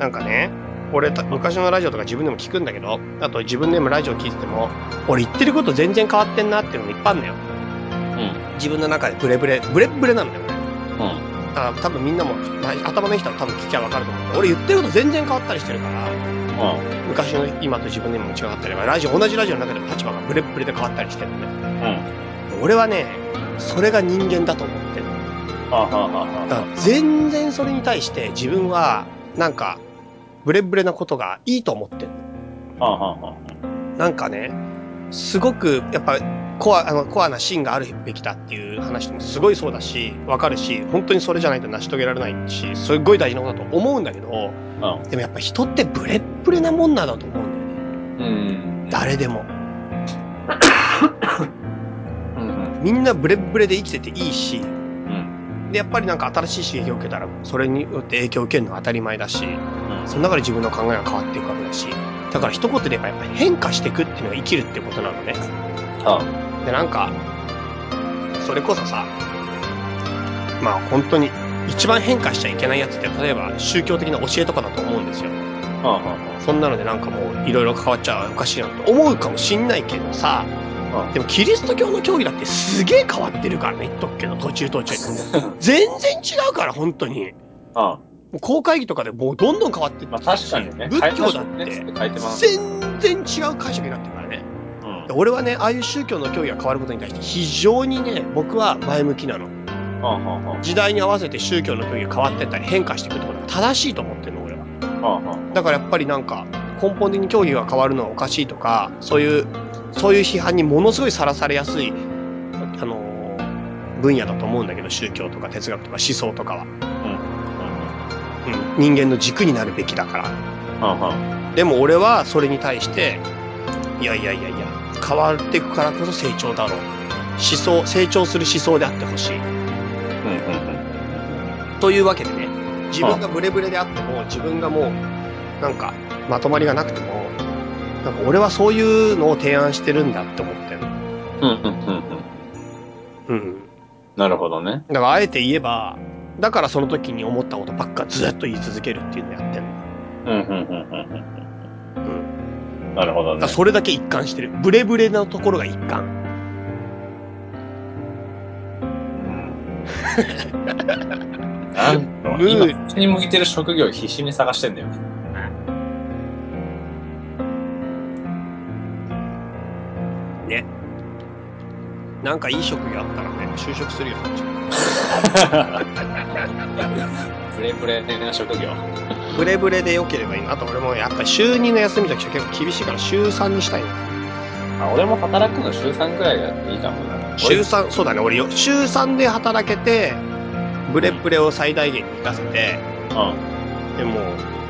A: なんかね、俺た、昔のラジオとか自分でも聞くんだけど、あと自分でもラジオ聞いてても、俺言ってること全然変わってんなっていうのもいっぱいあんだよ。
C: うん、
A: 自分の中でブレブレ、ブレブレなんだよ、俺。
C: うん。
A: あ多分みんなも、まあ頭のいい人は多分聞きゃ分かると思うけど俺言ってること全然変わったりしてるから
C: うん、
A: 昔の今と自分でも違かったりまあラジオ同じラジオの中でも立場がブレッブレで変わったりしてるのね
C: うん。
A: 俺はねそれが人間だと思ってる
C: はあ、はあ、はあ
A: だから全然それに対して自分はなんかブレッブレなことがいいと思ってる、
C: はあ、はあ、は
A: なんかねすごくやっぱコアあのコアな芯があるべきだっていう話もすごいそうだし分かるし本当にそれじゃないと成し遂げられないしすっごい大事なことだと思うんだけど、
C: あ。
A: でもやっぱ人ってブレッブレなもんなんだと思うんだよね。
C: うん、うん。
A: 誰でも。
C: うん、うん、
A: みんなブレッブレで生きてていいし、
C: うん。
A: で、やっぱりなんか新しい刺激を受けたら、それによって影響を受けるのは当たり前だし、
C: うん
A: その中で自分の考えが変わっていくわけだし、だから一言で言えばやっぱ変化していくっていうのが生きるってことなのね。
C: は
A: で、なんか、それこそさ、まあ本当に一番変化しちゃいけないやつって、例えば宗教的な教えとかだと思うんですよ。
C: あ、はあ、は
A: そんなのでなんかもういろいろ変わっちゃおかしいなと思うかもしんないけどさ、
C: あ、は
A: でもキリスト教の教義だってすげえ変わってるからね、言っとくけど、途中途中。全然違うから、本当に。
C: あ。うん。
A: もう公会議とかでもうどんどん変わってって
C: まあ確かにね。
A: 仏教だっ
C: 変え
A: て、
C: て書いてます。
A: 全然違う解釈になってるからね。
C: うん
A: で。俺はね、ああいう宗教の教義が変わることに対して非常にね、僕は前向きなの。
C: はあ、はあ、はあ。
A: 時代に合わせて宗教の教義が変わってったり変化していくってことが正しいと思ってるの、俺は。
C: はあは
A: だからやっぱりなんか、根本的に教義が変わるのはおかしいとか、そういう、そういう批判にものすごいさらされやすい、あのー分野だと思うんだけど、宗教とか哲学とか思想とかは。うん。人間の軸になるべきだから。
C: あはあ
A: でも俺はそれに対して、いやいやいやいや、変わっていくからこそ成長だろう。思想、成長する思想であってほしい。
C: うんうんうん
A: というわけでね、自分がブレブレであっても、自分がもう、なんか、まとまりがなくても、なんか俺はそういうのを提案してるんだって思ってる。
C: うんうんうん
A: う
C: うん
A: ん。
C: なるほどね。
A: だからあえて言えば、だからその時に思ったことばっかずっと言い続けるっていうのをやってんの。
C: うんうんうんうん
A: うん。
C: うんなるほど
A: だか
C: ね
A: ら。それだけ一貫してる。ブレブレなところが一貫。
C: うんなんだろう
A: ムー
C: 今、口に向いてる職業を必死に探してんだよね。
A: ね。なんかいい職業あったらね、就職するよ、そっち
C: ブレブレな職業。
A: ブレブレで良ければいいな。あと俺もやっぱり週2の休みじゃ結構厳しいから週3にしたいな。
C: あ俺も働くの週3くらいがいいかもな。
A: 週3、そうだね、俺よ、週3で働けて、ブレブレを最大限に活かせて、
C: 俺うん。
A: でも、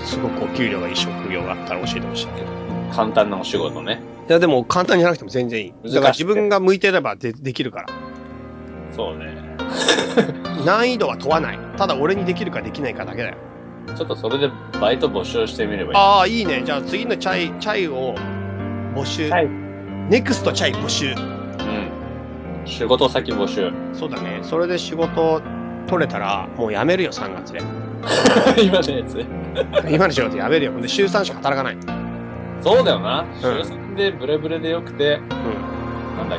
A: すごくお給料がいい職業があったら教えてほしいけど。
C: 簡単なお仕事ね。
A: いや、でも簡単にやらなくても全然いい。だから
C: 難しく
A: 自
C: て
A: 分が向いてればでできるから。
C: そうね。
A: 難易度は問わない。ただ俺にできるかできないかだけだよ。
C: ちょっとそれでバイト募集してみればいい。
A: ああ、いいね。じゃあ次のチャイ、チャイを募集。
C: はい
A: ネクストチャイ募集。
C: うん。仕事先募集。
A: そうだね。それで仕事取れたら、もう辞めるよ、3月で。
C: 今のやつ。
A: 今の仕事辞めるよ。ほんで、週3しか働かない。
C: そうだよな。週3でブレブレでよくて、
A: うん。
C: なんだっ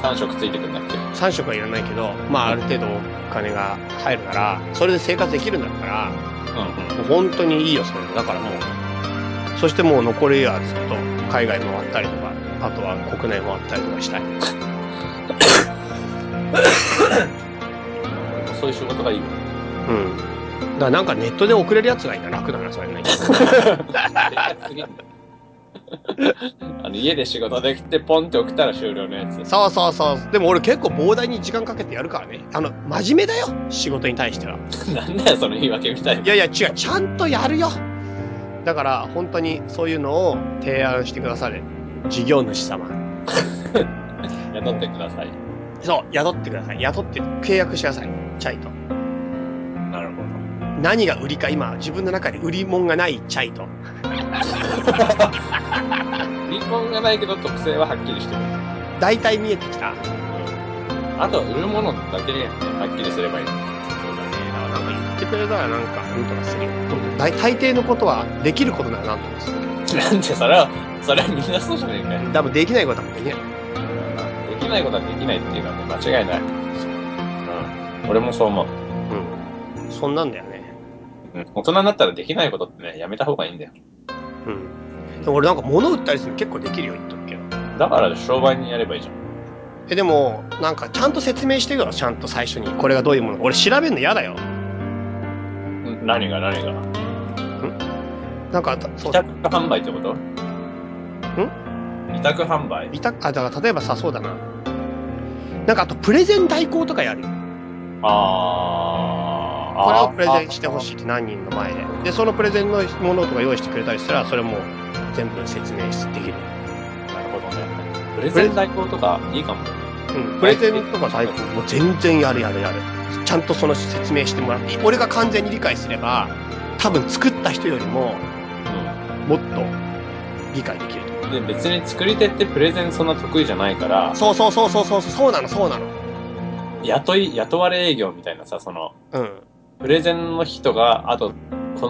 C: け。3食ついてくんだっけ。
A: 3食はいらないけど、まあ、ある程度お金が入るなら、それで生活できるんだったら、
C: うん
A: もう本当にいいよ、それで。だからもう、そしてもう残りはずっと海外回ったりとか、あとは国内回ったりとかしたい。
C: うん。俺もそういう仕事がいいわ。
A: うん。だからなんかネットで送れるやつがいいな、楽だな、それね。
C: すげえんだ あの家で仕事できてポンって送ったら終了のやつ。
A: そうそうそう。でも俺結構膨大に時間かけてやるからね。あの、真面目だよ、仕事に対しては。
C: なんだよ、その言い訳みたい
A: いや
C: な。
A: いや、違う、ちゃんとやるよ。だから、本当にそういうのを提案してくださる事業主様。
C: 雇ってください。
A: そう、雇ってください。雇って、契約しなさい。チャイと。
C: なるほど。
A: 何が売りか、今、自分の中で売り物がないチャイと。
C: リンゴがないけど特性ははっきりしてる。
A: 大体見えてきた。
C: あとは売るものだけはっきりすればいい。
A: そうだね。だからなんか言ってくれたらなんか、うんとかするよ。大大抵のことは、できることならなんとかする。
C: なんで、それは、それはみんなそうじゃねえかよ。
A: 多分できないことはできない。
C: できないことはできないっていうのはもう間違いない。うん。俺もそう思う。
A: うん。そんなんだよね。
C: うん。大人になったらできないことってね、やめた方がいいんだよ。
A: うん。でも俺なんか物売ったりするの結構できるように言っとくけど。
C: だから商売にやればいいじゃん。
A: え、でも、なんかちゃんと説明してよ、ちゃんと最初に。これがどういうものか。俺調べるの嫌だよ。
C: ん何が何が。
A: なんか、たそ
C: 委
A: う、
C: 託販売ってこと委託販売
A: いた、あ、だから例えばさ、そうだな。なんかあと、プレゼン代行とかやるよ。
C: あー。
A: これを
C: あ
A: プレゼンしてほしいって何人の前で。で、そのプレゼンのものとか用意してくれたりしたら、それも全部説明できる。
C: い。なるほどね。プレゼン代行とかいいかも。
A: うん、プレゼンとか最高、もう全然やるやるやる。ちゃんとその説明してもらって、俺が完全に理解すれば、多分作った人よりも、もっと理解できると思う。
C: で、別に作り手ってプレゼンそんな得意じゃないから、
A: そうそうそうそうそう、そうなの、そうなの。
C: 雇い、雇われ営業みたいなさ、その、
A: うん。
C: プレゼンの人が、あと、こ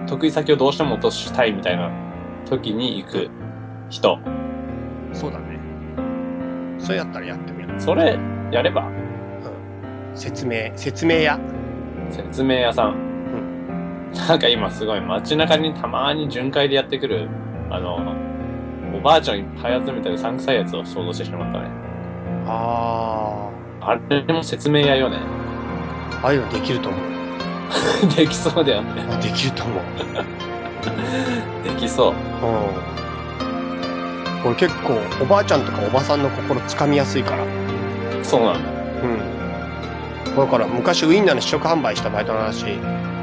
C: の得意先をどうしても落としたいみたいな時に行く人。
A: そうだね。そうやったらやってみる。
C: それ、やれば、
A: 説明、説明や。
C: 説明屋さん。なんか今すごい街中にたまに巡回でやってくる、あの、おばあちゃんいっぱい集めたり、うさんくさいやつを想像してしまったね。
A: あ
C: あれも説明屋よね。
A: あ、ああいうのできると思う。
C: できそうだよね。
A: あできると思う。
C: できそ
A: う
C: う。
A: ん。俺結構、おばあちゃんとかおばさんの心掴みやすいから。
C: そうなんだ。
A: うん。だから昔ウインナーの試食販売したバイトの話、
C: は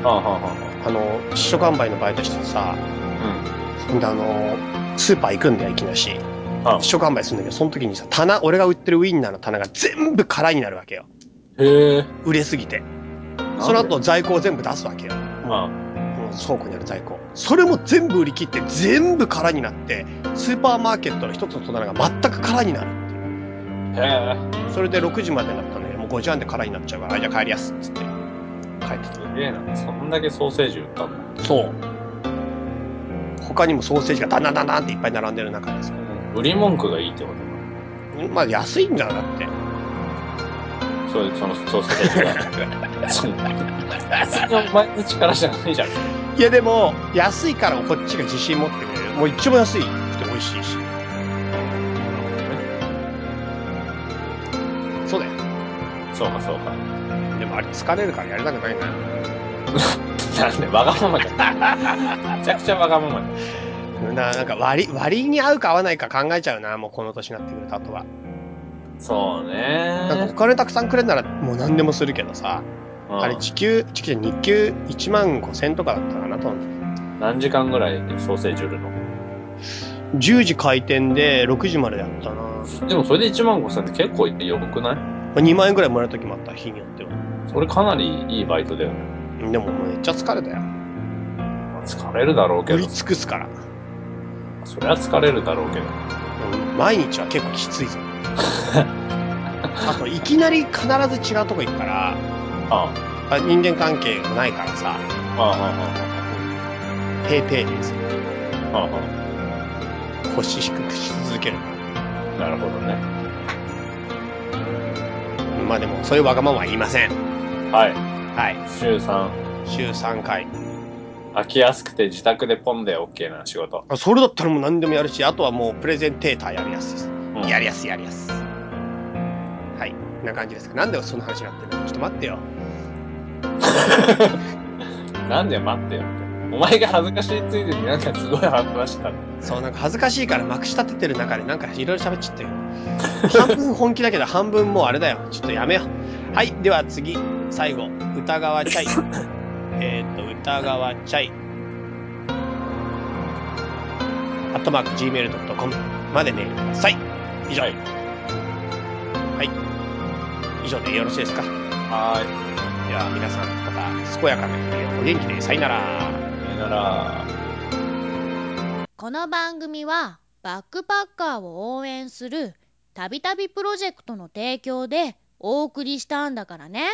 C: あ、はあはあは
A: あの、試食販売のバイトしててさ、
C: あ、
A: ほんであの、スーパー行くんだよ、いきなし。
C: あ
A: 試食販売するんだけど、その時にさ、棚、俺が売ってるウインナーの棚が全部空になるわけよ。
C: うん。へえ。
A: 売れすぎて。
C: なんで
A: その後在庫を全部出すわけよ。も
C: ま
A: う倉庫にある在庫。それも全部売り切って、全部空になって、スーパーマーケットの一つの棚が全く空になるっていう。
C: あ、へ
A: それで6時までになったんだけど、もう5時半で空になっちゃうから、あじゃあ帰りやすっつって。帰って
C: え。すげえな。そんだけソーセージ売ったんだ。
A: そう。他にもソーセージがだんだんだんだんっていっぱい並んでる中です。
C: 売り文句がいいってことか
A: まあ安いんだよ、だって。
C: そう、そのソーセージ が。その別にお前の力じゃないじゃん。
A: いやでも、安いからこっちが自信持ってくれる。もう一番安いくて美味しいし。そうだよ。
C: そうか、そうか。
A: でもあれ疲れるからやりたくないな。
C: なんで、わがままじゃん。めちゃくちゃわがままじ
A: ななんか割り、割に合うか合わないか考えちゃうな、もうこの年になってくると、あとは。
C: ゃん。そう
A: なん
C: ね
A: かお金たくさんくれんならもう何でもするけどさ、
C: うん
A: あれ、時給、時給、日給1万5千とかだったかなと思う。
C: 何時間ぐらいソーセージ売るの
A: 10時開店で6時までだったな。ま
C: でもそれで1万5千って結構いってよくない
A: あ2万円ぐらいもらう時もあった、日によっては。
C: それかなりいいバイトだよね。
A: でももうめっちゃ疲れたよ。
C: まあ疲れるだろうけ
A: 売
C: ど
A: り、尽くすから。
C: そりゃ疲れるだろうけど。
A: うん毎日は結構きつい ぞ。あと、いきなり必ず違うとこ行くから、
C: あ
A: あ人間関係がないからさ、
C: あ、ああ、あ
A: ペイペイです。
C: あ、ああ、
A: 腰低くし続けるか
C: ああ、なるほどね。
A: ら。まあでも、そういうわがままは言いません。
C: はい。
A: はい。
C: 週3、
A: 週3回。
C: 空きやすくて自宅でポンで OK な仕事。
A: あそれだったらもう何でもやるし、あとはもうプレゼンテーターやりやすいです。
C: うん
A: やりやすい、やりやすい。はい。こんな感じですけど、なんでそんな話になってるのちょっと待ってよ。
C: なんで待ってよって。お前が恥ずかしいついでになんかすごい話したの。
A: そう、なんか恥ずかしいからまくし立ててる中でなんかいろいろ喋っちゃったけど。半分本気だけど半分もうあれだよ。ちょっとやめよう。はい。では次、最後、歌川チャイ。えっと、歌川チャイ。アットマーク Gmail.com までメールください。以上。
C: は
A: はいい。以上でよろしいですか。
C: はー
A: では皆さん、また健やかな日々をお元気で、さよなら。
C: い。さよなら。
B: この番組はバックパッカーを応援するたびたびプロジェクトの提供でお送りしたんだからね。